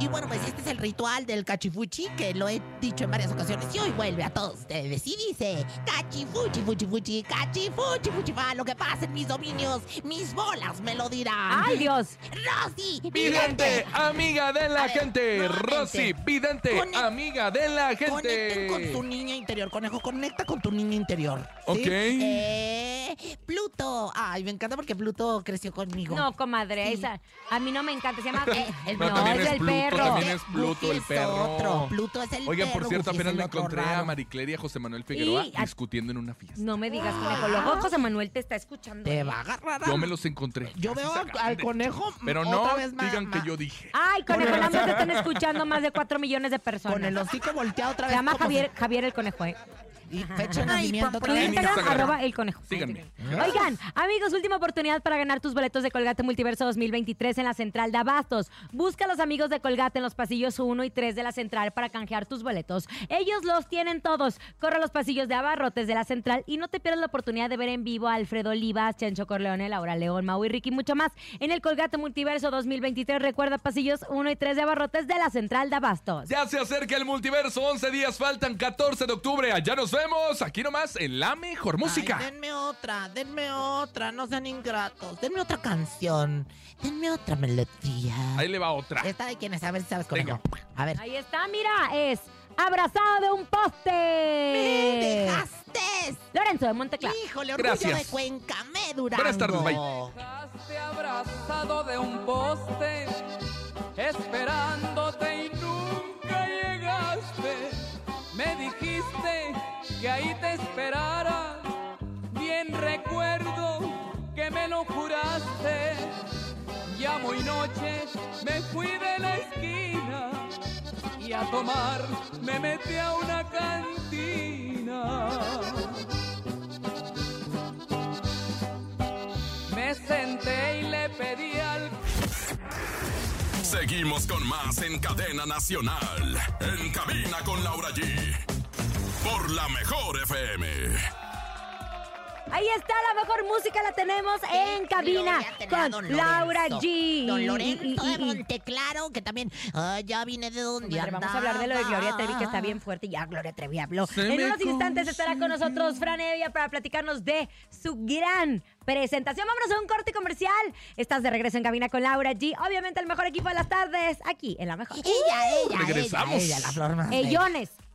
Speaker 3: Y bueno, pues este es el ritual del cachifuchi que lo he dicho en varias ocasiones y hoy vuelve a todos ustedes y dice cachifuchi, fuchi, fuchi, cachifuchi, fuchi, fa, lo que pasa en mis dominios, mis bolas me lo dirán.
Speaker 2: ¡Ay, Dios!
Speaker 3: Rosy,
Speaker 4: Vidente, amiga de la
Speaker 3: A ver,
Speaker 4: gente.
Speaker 3: nuevamente.
Speaker 4: Rosy, vidente,
Speaker 3: Conec-
Speaker 4: amiga de la gente.
Speaker 3: Conecten con tu niña interior, conejo. Conecta con tu niña interior. ¿sí?
Speaker 4: Ok.
Speaker 3: Eh, Pluto. Ay, me encanta porque Pluto creció conmigo.
Speaker 2: No, comadre,
Speaker 3: Sí.
Speaker 2: esa. A mí no me encanta. Se llama. eh,
Speaker 3: el-
Speaker 2: no,
Speaker 4: No, también
Speaker 2: es,
Speaker 4: es
Speaker 2: el
Speaker 4: Pluto,
Speaker 2: perro.
Speaker 4: también es Pluto, el
Speaker 3: Buki es
Speaker 4: perro.
Speaker 3: otro, Pluto es el
Speaker 4: Oigan, por
Speaker 3: perro,
Speaker 4: cierto,
Speaker 3: Buki es
Speaker 4: apenas
Speaker 3: el
Speaker 4: me
Speaker 3: otro
Speaker 4: encontré a
Speaker 3: raro.
Speaker 4: Maricleria y a José Manuel Figueroa
Speaker 2: Y a-
Speaker 4: discutiendo en una fiesta.
Speaker 2: No me digas, conejo. Luego José Manuel te está escuchando.
Speaker 3: Te
Speaker 2: ¿eh?
Speaker 3: va a agarrar.
Speaker 4: Yo
Speaker 3: al-
Speaker 4: me los encontré.
Speaker 3: Yo
Speaker 4: Así
Speaker 3: veo
Speaker 4: se
Speaker 3: al-
Speaker 4: agarran
Speaker 3: al
Speaker 4: de-
Speaker 3: conejo.
Speaker 4: Pero
Speaker 3: otra
Speaker 4: no
Speaker 3: vez ma-
Speaker 4: digan
Speaker 3: ma-
Speaker 4: que yo dije.
Speaker 2: Ay, conejo, nada más te están escuchando más de 4 millones de personas.
Speaker 3: Con el hocico volteado otra
Speaker 2: Se
Speaker 3: vez.
Speaker 2: llama
Speaker 3: como
Speaker 2: Javier, Javier el conejo, ¿eh?
Speaker 3: si- Y fecha de
Speaker 2: Ay,
Speaker 3: nacimiento otra
Speaker 2: Tu
Speaker 3: vez.
Speaker 4: En
Speaker 2: Instagram,
Speaker 4: Instagram.
Speaker 2: arroba el conejo.
Speaker 4: Síganme.
Speaker 2: Oigan, amigos, última oportunidad para ganar tus boletos de Colgate Multiverso 2023 en la central de Abastos. Busca a los amigos de Colgate en los pasillos 1 y 3 de la central para canjear tus boletos. Ellos los tienen todos. Corre a los pasillos de Abarrotes de la central y no te pierdas la oportunidad de ver en vivo a Alfredo Olivas, Chencho Corleone, Laura León, Mau y Ricky, y mucho más en el Colgate Multiverso 2023. Recuerda pasillos 1 y 3 de Abarrotes de la central de Abastos.
Speaker 4: Ya se acerca el multiverso, 11 días faltan, 14 de octubre. Allá nos vemos, aquí nomás en la mejor música.
Speaker 3: Ay, denme otra, denme otra, no sean ingratos. Denme otra canción. Denme otra melodía.
Speaker 4: Ahí le va otra.
Speaker 3: Esta de quién es, a ver si sabes
Speaker 4: Venga.
Speaker 3: conejo. A ver.
Speaker 2: Ahí está, mira, es abrazado de un poste.
Speaker 3: ¡Me
Speaker 2: eh.
Speaker 3: dejaste!
Speaker 2: Lorenzo de Monteclaro.
Speaker 3: Híjole, orgullo
Speaker 4: Gracias.
Speaker 3: de Cuenca, me Durango.
Speaker 4: Buenas tardes,
Speaker 5: Dejaste abrazado de un poste, esperándote y nunca llegaste. Me dijiste que ahí te esperara, bien recuerdo que me lo juraste. Ya muy noche me fui de la esquina y a tomar me metí a una cantina. Me senté y le pedí al
Speaker 1: Seguimos con más en Cadena Nacional. En cabina con Laura G. Por la mejor FM.
Speaker 2: Ahí está, la mejor música la tenemos en cabina
Speaker 3: Gloria tenía
Speaker 2: con
Speaker 3: don
Speaker 2: Laura
Speaker 3: Lorenzo.
Speaker 2: G.
Speaker 3: Don
Speaker 2: Y-
Speaker 3: Lorenzo
Speaker 2: y-
Speaker 3: de
Speaker 2: y-
Speaker 3: Monteclaro, que también. Ah, ya vine de donde
Speaker 2: Comadre, vamos a
Speaker 3: andaba.
Speaker 2: hablar de lo de Gloria Trevi, que está bien fuerte. Ya, Gloria Trevi habló. en unos instantes estará con nosotros Fran Evia para platicarnos de su gran presentación. Vámonos a un corte comercial. Estás de regreso en cabina con Laura G. Obviamente, el mejor equipo de las tardes, aquí en la mejor.
Speaker 3: Ella, ella,
Speaker 4: Regresamos.
Speaker 3: ella, ella, la flor
Speaker 2: Eh,
Speaker 3: más bella.
Speaker 2: Ellones,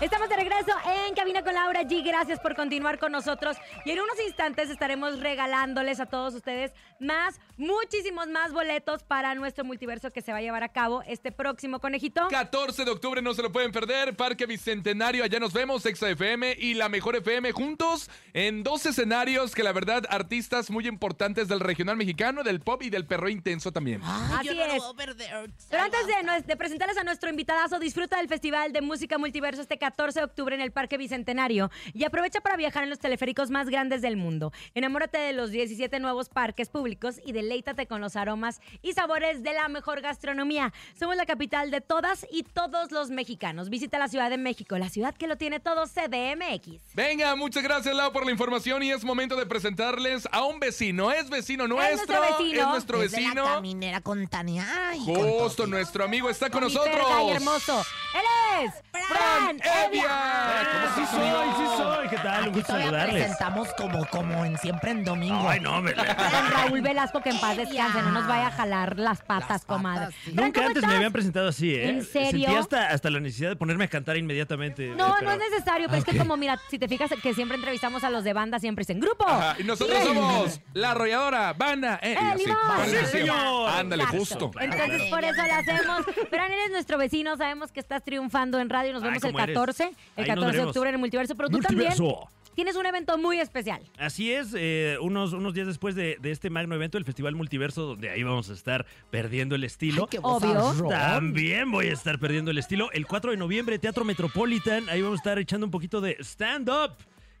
Speaker 2: Estamos de regreso en Cabina con Laura G. Gracias por continuar con nosotros. Y en unos instantes estaremos regalándoles a todos ustedes más, muchísimos más boletos para nuestro multiverso que se va a llevar a cabo este próximo conejito.
Speaker 4: 14 de octubre no se lo pueden perder. Parque Bicentenario, allá nos vemos, Exa FM y la Mejor FM juntos en dos escenarios que la verdad artistas muy importantes del regional mexicano, del pop y del perro intenso también.
Speaker 3: Ay, yo
Speaker 2: Así
Speaker 3: no lo
Speaker 2: es.
Speaker 3: puedo perder.
Speaker 2: Pero antes de, nues- de presentarles a nuestro invitadazo, disfruta del Festival de Música Multiverso este 14 de octubre en el Parque Bicentenario y aprovecha para viajar en los teleféricos más grandes del mundo. Enamórate de los 17 nuevos parques públicos y deleítate con los aromas y sabores de la mejor gastronomía. Somos la capital de todas y todos los mexicanos. Visita la Ciudad de México, la ciudad que lo tiene todo CDMX.
Speaker 4: Venga, muchas gracias Lau por la información y es momento de presentarles a un vecino. Es vecino nuestro,
Speaker 2: nuestro vecino.
Speaker 4: es nuestro
Speaker 3: Desde
Speaker 4: vecino.
Speaker 3: la caminera con Tania. y con
Speaker 4: Justo,
Speaker 3: Toti.
Speaker 4: nuestro amigo está con
Speaker 2: Mi perra y
Speaker 4: nosotros.
Speaker 2: hermoso. Él es Fran
Speaker 4: Fran Evia!
Speaker 7: Sí soy, sí soy. ¿Qué tal? Un
Speaker 3: Aquí
Speaker 7: gusto
Speaker 3: todavía
Speaker 7: saludarles.
Speaker 3: presentamos como, como en siempre en domingo.
Speaker 7: Ay, no, me...
Speaker 2: Con Raúl Velasco, que en paz descanse, no nos vaya a jalar las patas,
Speaker 3: Las patas,
Speaker 2: comadre.
Speaker 3: sí.
Speaker 2: Fran,
Speaker 7: Nunca
Speaker 2: ¿cómo
Speaker 7: antes me
Speaker 2: estás?
Speaker 7: habían presentado así, ¿eh?
Speaker 2: ¿En serio?
Speaker 7: Sentí hasta, hasta la necesidad de ponerme a cantar inmediatamente.
Speaker 2: No,
Speaker 7: pero-
Speaker 2: no es necesario, pero
Speaker 7: Ah,
Speaker 2: es que
Speaker 7: ok.
Speaker 2: como, mira, si te fijas que siempre entrevistamos a los de banda, siempre dicen grupo.
Speaker 4: Ajá, Y nosotros
Speaker 2: Sí.
Speaker 4: somos la arrolladora, Vana, eh,
Speaker 2: ¡Eh,
Speaker 4: y así.
Speaker 2: limón!
Speaker 4: Vana,
Speaker 7: Ah, ¡Sí,
Speaker 4: así.
Speaker 7: señor!
Speaker 4: Ándale,
Speaker 2: Exacto.
Speaker 4: justo.
Speaker 2: Entonces, por eso lo hacemos. Fran, eres nuestro vecino, sabemos que estás triunfando en radio. Nos
Speaker 7: Ay,
Speaker 2: vemos el
Speaker 7: ¿cómo eres?
Speaker 2: 14, el
Speaker 7: Ahí nos
Speaker 2: 14 de
Speaker 7: veremos.
Speaker 2: octubre en el multiverso, pero tú
Speaker 7: ¡Multiverso!
Speaker 2: también tienes un evento muy especial.
Speaker 7: Así es, eh, unos, unos días después de, de este magno evento, el Festival Multiverso, donde ahí vamos a estar perdiendo el estilo.
Speaker 3: Qué
Speaker 2: Obvio.
Speaker 3: gozarrón.
Speaker 7: También voy a estar perdiendo el estilo. El 4 de noviembre, Teatro Metropolitan. Ahí vamos a estar echando un poquito de stand-up.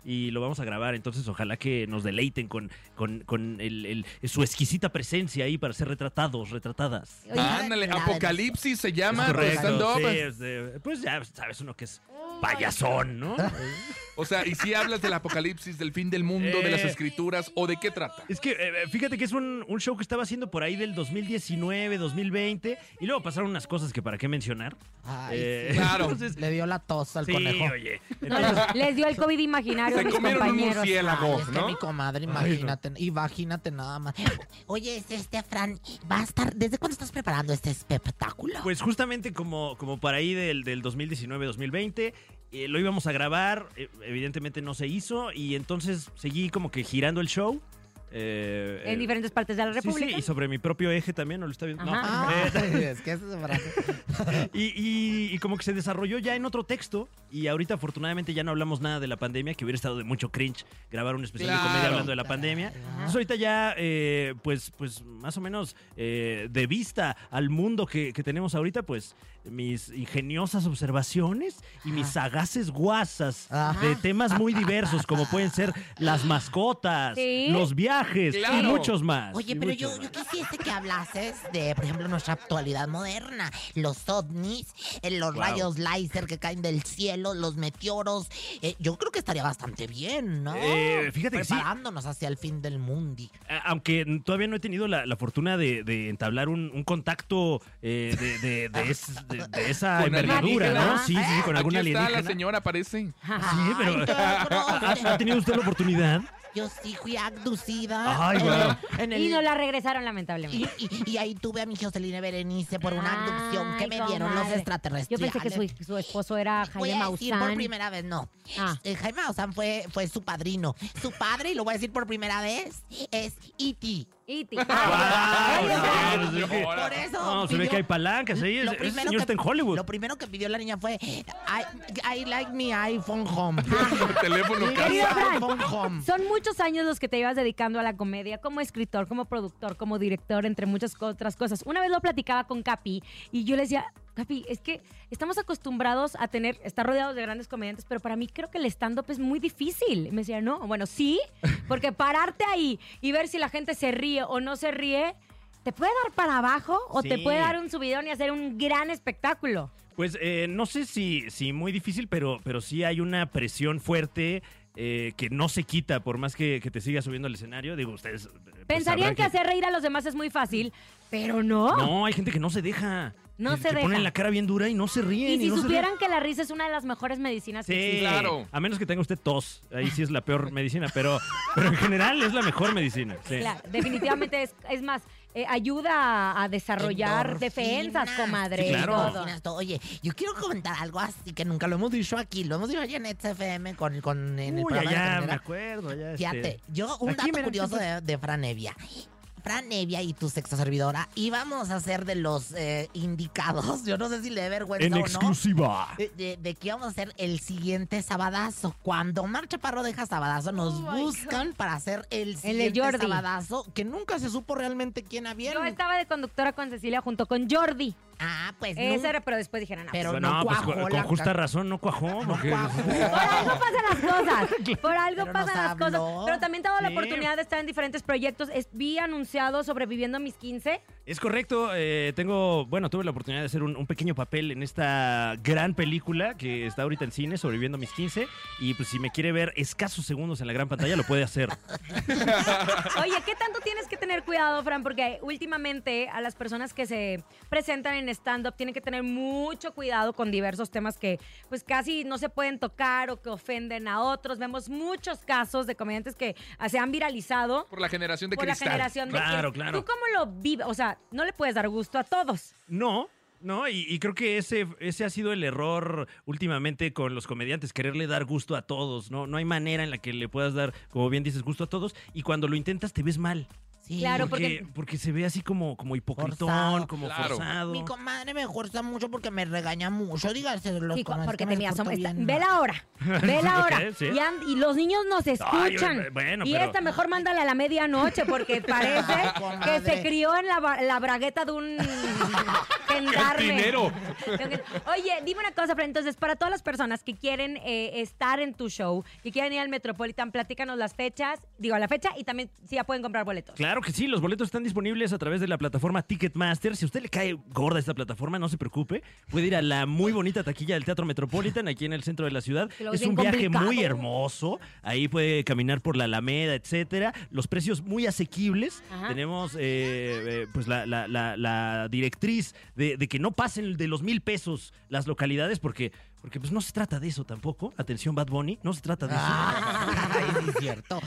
Speaker 7: Y lo vamos a grabar, entonces ojalá que nos deleiten con, con, con el- el- su exquisita presencia ahí para ser retratados, retratadas.
Speaker 3: Oye,
Speaker 4: Ah, Ándale,
Speaker 3: la de-
Speaker 4: Apocalipsis se llama,
Speaker 7: Es
Speaker 4: pero stand-up.
Speaker 7: sí, es de- pues ya sabes uno que es
Speaker 2: Oh.
Speaker 7: payasón, ¿no?
Speaker 4: O sea, y si hablas del apocalipsis, del fin del mundo, de las
Speaker 7: Eh.
Speaker 4: escrituras, o de qué trata.
Speaker 7: Es que eh, fíjate que es un, un show que estaba haciendo por ahí del 2019, 2020, y luego pasaron unas cosas que para qué mencionar.
Speaker 3: Ay,
Speaker 7: Eh,
Speaker 3: sí.
Speaker 4: claro.
Speaker 7: entonces-
Speaker 3: Le dio la tos al
Speaker 7: sí,
Speaker 3: conejo.
Speaker 7: oye.
Speaker 2: No,
Speaker 7: Entonces,
Speaker 2: les, les dio el COVID imaginario a
Speaker 4: Se
Speaker 2: mis
Speaker 4: comieron un
Speaker 2: compañeros.
Speaker 4: murciélago,
Speaker 3: Ay, es que
Speaker 4: ¿no?
Speaker 3: mi comadre, imagínate, imagínate nada más. Oye, este, este Fran, va a estar, ¿desde cuándo estás preparando este espectáculo?
Speaker 7: Pues justamente como, como para ahí del, del 2019-2020, eh, lo íbamos a grabar, eh, evidentemente no se hizo, y entonces seguí como que girando el show. eh,
Speaker 2: En
Speaker 7: eh,
Speaker 2: diferentes partes de la
Speaker 7: Sí, sí,
Speaker 2: República.
Speaker 7: y sobre mi propio eje también, ¿no lo está viendo? No.
Speaker 2: Ajá.
Speaker 3: Ah,
Speaker 7: Eh,
Speaker 3: es que eso es Fran.
Speaker 7: Y, y- y como que se desarrolló ya en otro texto. Y ahorita, afortunadamente, ya no hablamos nada de la pandemia, que hubiera estado de mucho cringe grabar un especial de comedia
Speaker 4: Claro.
Speaker 7: hablando de la pandemia. Entonces, ahorita ya, eh, pues, pues, más o menos eh, de vista al mundo que, que tenemos ahorita, pues, mis ingeniosas observaciones y mis sagaces guasas
Speaker 3: Ajá.
Speaker 7: de temas muy diversos, como pueden ser las mascotas,
Speaker 2: Sí.
Speaker 7: los viajes y
Speaker 4: Claro.
Speaker 7: muchos más.
Speaker 3: Oye,
Speaker 7: y
Speaker 3: pero
Speaker 7: muchos
Speaker 3: yo, yo
Speaker 7: Pues, más.
Speaker 3: quisiese que hablases de, por ejemplo, nuestra actualidad moderna, los ovnis, eh, los
Speaker 7: Wow.
Speaker 3: rayos láser que caen del cielo, los meteoros. Eh, yo creo que estaría bastante bien, ¿no?
Speaker 7: Eh, fíjate que sí.
Speaker 3: Preparándonos hacia el fin del mundo.
Speaker 7: A- eh, Aunque n- todavía no he tenido la, la fortuna de, de entablar un, un contacto eh, de, de- de es- de- de esa
Speaker 4: Con
Speaker 7: envergadura, ¿no?
Speaker 4: alienígena.
Speaker 7: Sí, sí, sí, con alguna
Speaker 4: Aquí está
Speaker 7: alienígena. Ah,
Speaker 4: la señora, parece.
Speaker 7: Sí, pero
Speaker 3: Ay, qué
Speaker 7: ¿ha,
Speaker 3: horror.
Speaker 7: ha tenido usted la oportunidad?
Speaker 3: Yo sí fui abducida.
Speaker 7: Ay,
Speaker 3: en
Speaker 7: guau.
Speaker 3: el- en el-
Speaker 2: Y no la regresaron, lamentablemente.
Speaker 3: y, y- y ahí tuve a mi Joselina Berenice por una abducción que
Speaker 2: Ay,
Speaker 3: me dieron los
Speaker 2: comadre. Yo
Speaker 3: extraterrestres.
Speaker 2: pensé que su, su esposo era
Speaker 3: voy
Speaker 2: Jaime
Speaker 3: a decir por
Speaker 2: Maussan.
Speaker 3: primera vez, no.
Speaker 2: Ah.
Speaker 3: Eh, Jaime Maussan fue, fue su padrino. Su padre, y lo voy a decir por primera vez, es E E.T.
Speaker 2: Iti.
Speaker 7: Guau,
Speaker 2: Ay,
Speaker 7: Ah, no,
Speaker 2: Dios mío.
Speaker 7: se ve que-
Speaker 3: Por eso.
Speaker 7: no, se ve
Speaker 3: pidió-
Speaker 7: que hay palancas ahí.
Speaker 3: lo
Speaker 7: Ese ese
Speaker 3: primero
Speaker 7: señor
Speaker 3: que-
Speaker 7: está en Hollywood.
Speaker 3: Lo primero que pidió la niña fue I, I like mi iPhone home.
Speaker 4: Teléfono
Speaker 3: Mi
Speaker 2: Ah, Querido
Speaker 4: casa.
Speaker 2: Frank,
Speaker 3: iPhone
Speaker 7: Mm.
Speaker 3: home.
Speaker 2: son muchos años los que te ibas dedicando a la comedia como escritor, como productor, como director, entre muchas co- otras cosas. Una vez lo platicaba con Capi y yo le decía, Capi, es que estamos acostumbrados a tener, estar rodeados de grandes comediantes, pero para mí creo que el stand-up es muy difícil. Y me decía, no, bueno, sí, porque pararte ahí y ver si la gente se ríe o no se ríe. ¿Te puede dar para abajo o te
Speaker 7: Sí.
Speaker 2: puede dar un subidón y hacer un gran espectáculo?
Speaker 7: Pues eh, no sé si, si muy difícil, pero, pero sí hay una presión fuerte eh, que no se quita por más que, que te siga subiendo al escenario. Digo, ustedes... eh, pues,
Speaker 2: Pensarían
Speaker 7: sabrán
Speaker 2: que hacer reír a los demás es muy fácil, pero
Speaker 3: Oh.
Speaker 7: No, hay gente que no se deja.
Speaker 2: No
Speaker 7: Y
Speaker 2: se
Speaker 7: que
Speaker 2: deja.
Speaker 7: ponen la cara bien dura y no se ríen.
Speaker 2: Y si
Speaker 7: no se
Speaker 2: supieran que la risa es una de las mejores medicinas
Speaker 7: ríen.
Speaker 2: que
Speaker 7: Sí,
Speaker 2: existe.
Speaker 4: Claro.
Speaker 7: A menos que tenga usted tos. Ahí sí es la peor medicina, pero, pero en general es la mejor medicina. sí.
Speaker 2: Claro, definitivamente es, es más, eh, ayuda a, a desarrollar
Speaker 3: Endorfinas.
Speaker 2: defensas, comadre.
Speaker 7: Sí, claro.
Speaker 2: y todo.
Speaker 3: Endorfinas, todo. Oye, yo quiero comentar algo así que nunca lo hemos dicho aquí. Lo hemos dicho allá en XFM con, con, en el
Speaker 7: Uy,
Speaker 3: programa de
Speaker 7: allá me
Speaker 3: Carnera.
Speaker 7: acuerdo. allá, este,
Speaker 3: Fíjate, yo un
Speaker 7: Aquí,
Speaker 3: dato
Speaker 7: mira,
Speaker 3: curioso de, de Fran Evia. Fran Evia y tu sexo servidora íbamos a ser de los eh, indicados. Yo no sé si le dé vergüenza
Speaker 7: En
Speaker 3: o no.
Speaker 7: exclusiva.
Speaker 3: De, de- de que íbamos a hacer el siguiente sabadazo. Cuando Omar Chaparro deja sabadazo, nos
Speaker 2: Oh
Speaker 3: buscan para hacer el siguiente
Speaker 2: Jordi.
Speaker 3: sabadazo, que nunca se supo realmente quién había.
Speaker 2: Yo estaba de conductora con Cecilia junto con Jordi.
Speaker 3: Ah, pues
Speaker 2: Ese
Speaker 3: nunca-
Speaker 2: era, pero después dijeron, no.
Speaker 3: Pero
Speaker 7: Bueno,
Speaker 3: no,
Speaker 7: pues
Speaker 3: cuajó
Speaker 7: con,
Speaker 3: la
Speaker 7: con justa
Speaker 3: ca-
Speaker 7: razón no cuajó.
Speaker 3: no
Speaker 7: porque-
Speaker 3: cuajó.
Speaker 2: Por algo pasan las cosas. Por algo
Speaker 3: Pero nos
Speaker 2: pasan las cosas.
Speaker 3: habló.
Speaker 2: Pero también te he dado la
Speaker 7: Sí.
Speaker 2: oportunidad de estar en diferentes proyectos. Es- Vi anunciado sobreviviendo a mis 15.
Speaker 7: Es correcto, eh, tengo, bueno, tuve la oportunidad de hacer un, un pequeño papel en esta gran película que está ahorita en cine, sobreviviendo a mis 15, y pues si me quiere ver escasos segundos en la gran pantalla, lo puede hacer.
Speaker 2: Oye, ¿qué tanto tienes que tener cuidado, Fran? Porque últimamente a las personas que se presentan en stand-up tienen que tener mucho cuidado con diversos temas que pues casi no se pueden tocar o que ofenden a otros. Vemos muchos casos de comediantes que ah, se han viralizado
Speaker 4: Por la generación de
Speaker 2: por la
Speaker 4: cristal.
Speaker 2: generación de...
Speaker 7: Claro, claro.
Speaker 2: ¿Tú cómo lo vives? O sea, no le puedes dar gusto a todos.
Speaker 7: No, no, y, y creo que ese, ese ha sido el error últimamente con los comediantes, quererle dar gusto a todos, ¿no? No hay manera en la que le puedas dar, como bien dices, gusto a todos, y cuando lo intentas te ves mal.
Speaker 3: Sí.
Speaker 2: Claro,
Speaker 7: porque,
Speaker 2: porque-
Speaker 7: porque se ve así como, como hipocritón,
Speaker 3: Forzado.
Speaker 7: como
Speaker 4: Claro.
Speaker 7: forzado.
Speaker 3: Mi comadre me fuerza mucho porque me regaña mucho, dígaselo.
Speaker 2: Y cu-
Speaker 3: comadre,
Speaker 2: porque
Speaker 3: que me
Speaker 2: tenía
Speaker 3: porto
Speaker 2: asombro. Está-
Speaker 3: bien
Speaker 2: Ve
Speaker 3: mal.
Speaker 2: la hora. Ve la
Speaker 7: Ok,
Speaker 2: hora.
Speaker 7: sí.
Speaker 2: y, an- y los niños nos escuchan.
Speaker 7: Ay, bueno,
Speaker 2: y
Speaker 7: pero-
Speaker 2: esta mejor mándala a la medianoche porque parece
Speaker 3: Ay,
Speaker 2: que
Speaker 3: comadre.
Speaker 2: se crió en la, ba- la bragueta de un gendarme.
Speaker 4: Cantinero.
Speaker 2: Oye, dime una cosa, Fran. Entonces, para todas las personas que quieren eh, estar en tu show, que quieren ir al Metropolitan, platícanos las fechas, digo, la fecha y también si ya pueden comprar boletos.
Speaker 7: Claro que sí, los boletos están disponibles a través de la plataforma Ticketmaster. Si a usted le cae gorda esta plataforma, no se preocupe. Puede ir a la muy bonita taquilla del Teatro Metropolitan aquí en el centro de la ciudad.
Speaker 2: Que luego es
Speaker 7: Es un
Speaker 2: bien
Speaker 7: viaje
Speaker 2: complicado.
Speaker 7: muy hermoso. Ahí puede caminar por la Alameda, etcétera. Los precios muy asequibles.
Speaker 2: Ajá.
Speaker 7: Tenemos eh, eh, pues la, la- la- la directriz de, de que no pasen de los mil pesos las localidades porque, porque pues no se trata de eso tampoco. Atención, Bad Bunny, no se trata de eso.
Speaker 2: Ah.
Speaker 3: Ay, sí, es cierto.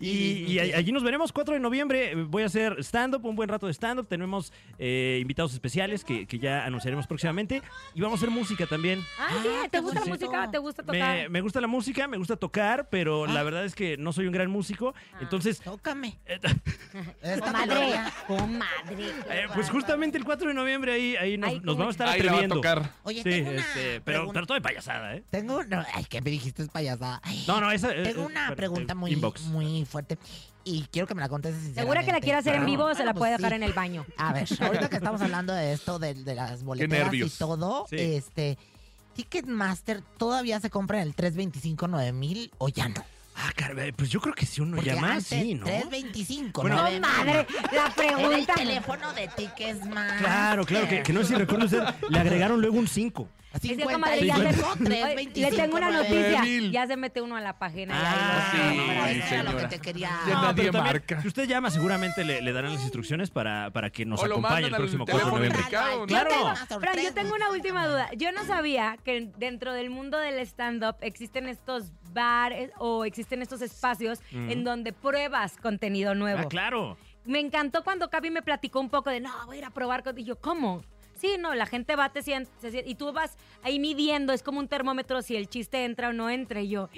Speaker 7: Y, y a- allí nos veremos 4 de noviembre. Voy a hacer stand-up, un buen rato de stand-up. Tenemos eh, invitados especiales que, que ya anunciaremos próximamente. Y vamos a hacer música también.
Speaker 2: Ah, sí,
Speaker 3: Ah,
Speaker 2: ¿te
Speaker 3: qué
Speaker 2: gusta la
Speaker 3: bonito.
Speaker 2: música? ¿Te gusta tocar?
Speaker 7: Me, me gusta la música, me gusta tocar, pero
Speaker 3: Ah.
Speaker 7: la verdad es que no soy un gran músico. Entonces,
Speaker 3: Tócame.
Speaker 7: eh,
Speaker 3: Esta
Speaker 2: Comadre,
Speaker 3: melodía.
Speaker 2: comadre. qué
Speaker 7: eh, pues justamente el 4 de noviembre ahí, ahí nos,
Speaker 2: Ay,
Speaker 7: nos
Speaker 2: cómo-
Speaker 7: vamos a estar
Speaker 4: Ahí la va a
Speaker 7: atreviendo.
Speaker 4: tocar.
Speaker 3: Oye,
Speaker 7: Sí,
Speaker 3: tengo una
Speaker 7: este, pero,
Speaker 3: pregunta.
Speaker 7: pero todo de payasada, ¿eh?
Speaker 3: Tengo una... Ay, que me dijiste es payasada. Ay,
Speaker 7: No, no, esa. eh,
Speaker 3: Tengo
Speaker 7: eh,
Speaker 3: una
Speaker 7: espera,
Speaker 3: pregunta
Speaker 7: eh,
Speaker 3: muy,
Speaker 7: Inbox.
Speaker 3: muy fuerte y quiero que me la contestes
Speaker 2: Segura que la
Speaker 3: sinceramente.
Speaker 2: quiere hacer en
Speaker 3: Claro.
Speaker 2: vivo, se la
Speaker 3: Bueno,
Speaker 2: puede
Speaker 3: pues
Speaker 2: dejar
Speaker 3: sí.
Speaker 2: en el baño.
Speaker 3: A ver, ahorita que estamos hablando de esto, de, de las boleteras y
Speaker 4: nervios.
Speaker 3: todo,
Speaker 7: Sí.
Speaker 3: este... ¿Ticketmaster todavía se compra en el 325-9000 o ya no?
Speaker 7: Ah, caray, pues yo creo que si uno llama,
Speaker 3: antes,
Speaker 7: sí, ¿no?
Speaker 3: 325,
Speaker 7: Bueno,
Speaker 2: No,
Speaker 3: 9000.
Speaker 2: Oh, madre, la
Speaker 3: Era el
Speaker 2: pregunta.
Speaker 3: teléfono de
Speaker 2: Ah,
Speaker 3: Ticketmaster.
Speaker 7: Claro, claro, que, que no sé si recuerda usted, le agregaron luego un 5.
Speaker 2: Es que, comadre, ya
Speaker 3: 55,
Speaker 2: le- Oye, le tengo una
Speaker 3: 325,
Speaker 2: noticia.
Speaker 4: 9000.
Speaker 2: Ya se mete uno a la página. y
Speaker 7: Ah,
Speaker 2: ahí lo-
Speaker 4: sí,
Speaker 2: Ahora sí.
Speaker 3: Eso era lo que
Speaker 4: señora.
Speaker 3: te quería.
Speaker 4: Ya
Speaker 7: No,
Speaker 4: nadie
Speaker 7: pero también,
Speaker 4: marca.
Speaker 7: Si usted llama, seguramente le, le darán las instrucciones para, para que nos
Speaker 4: O lo
Speaker 7: acompañe
Speaker 4: mandan
Speaker 7: el
Speaker 4: al
Speaker 7: próximo 4 de
Speaker 4: teléfono
Speaker 7: noviembre.
Speaker 4: indicado, ¿no?
Speaker 3: Yo
Speaker 7: Claro.
Speaker 3: tengo-
Speaker 2: Fran, yo tengo una última duda. Yo no sabía que dentro del mundo del stand-up existen estos bares o existen estos espacios
Speaker 7: Ujú.
Speaker 2: en donde pruebas contenido nuevo.
Speaker 7: Ah, claro.
Speaker 2: Me encantó cuando Capi me platicó un poco de, no, voy a ir a probar. con-". Y yo, ¿cómo? Sí, no, la gente va, te siente, y tú vas ahí midiendo, es como un termómetro si el chiste entra o no entra. Y yo,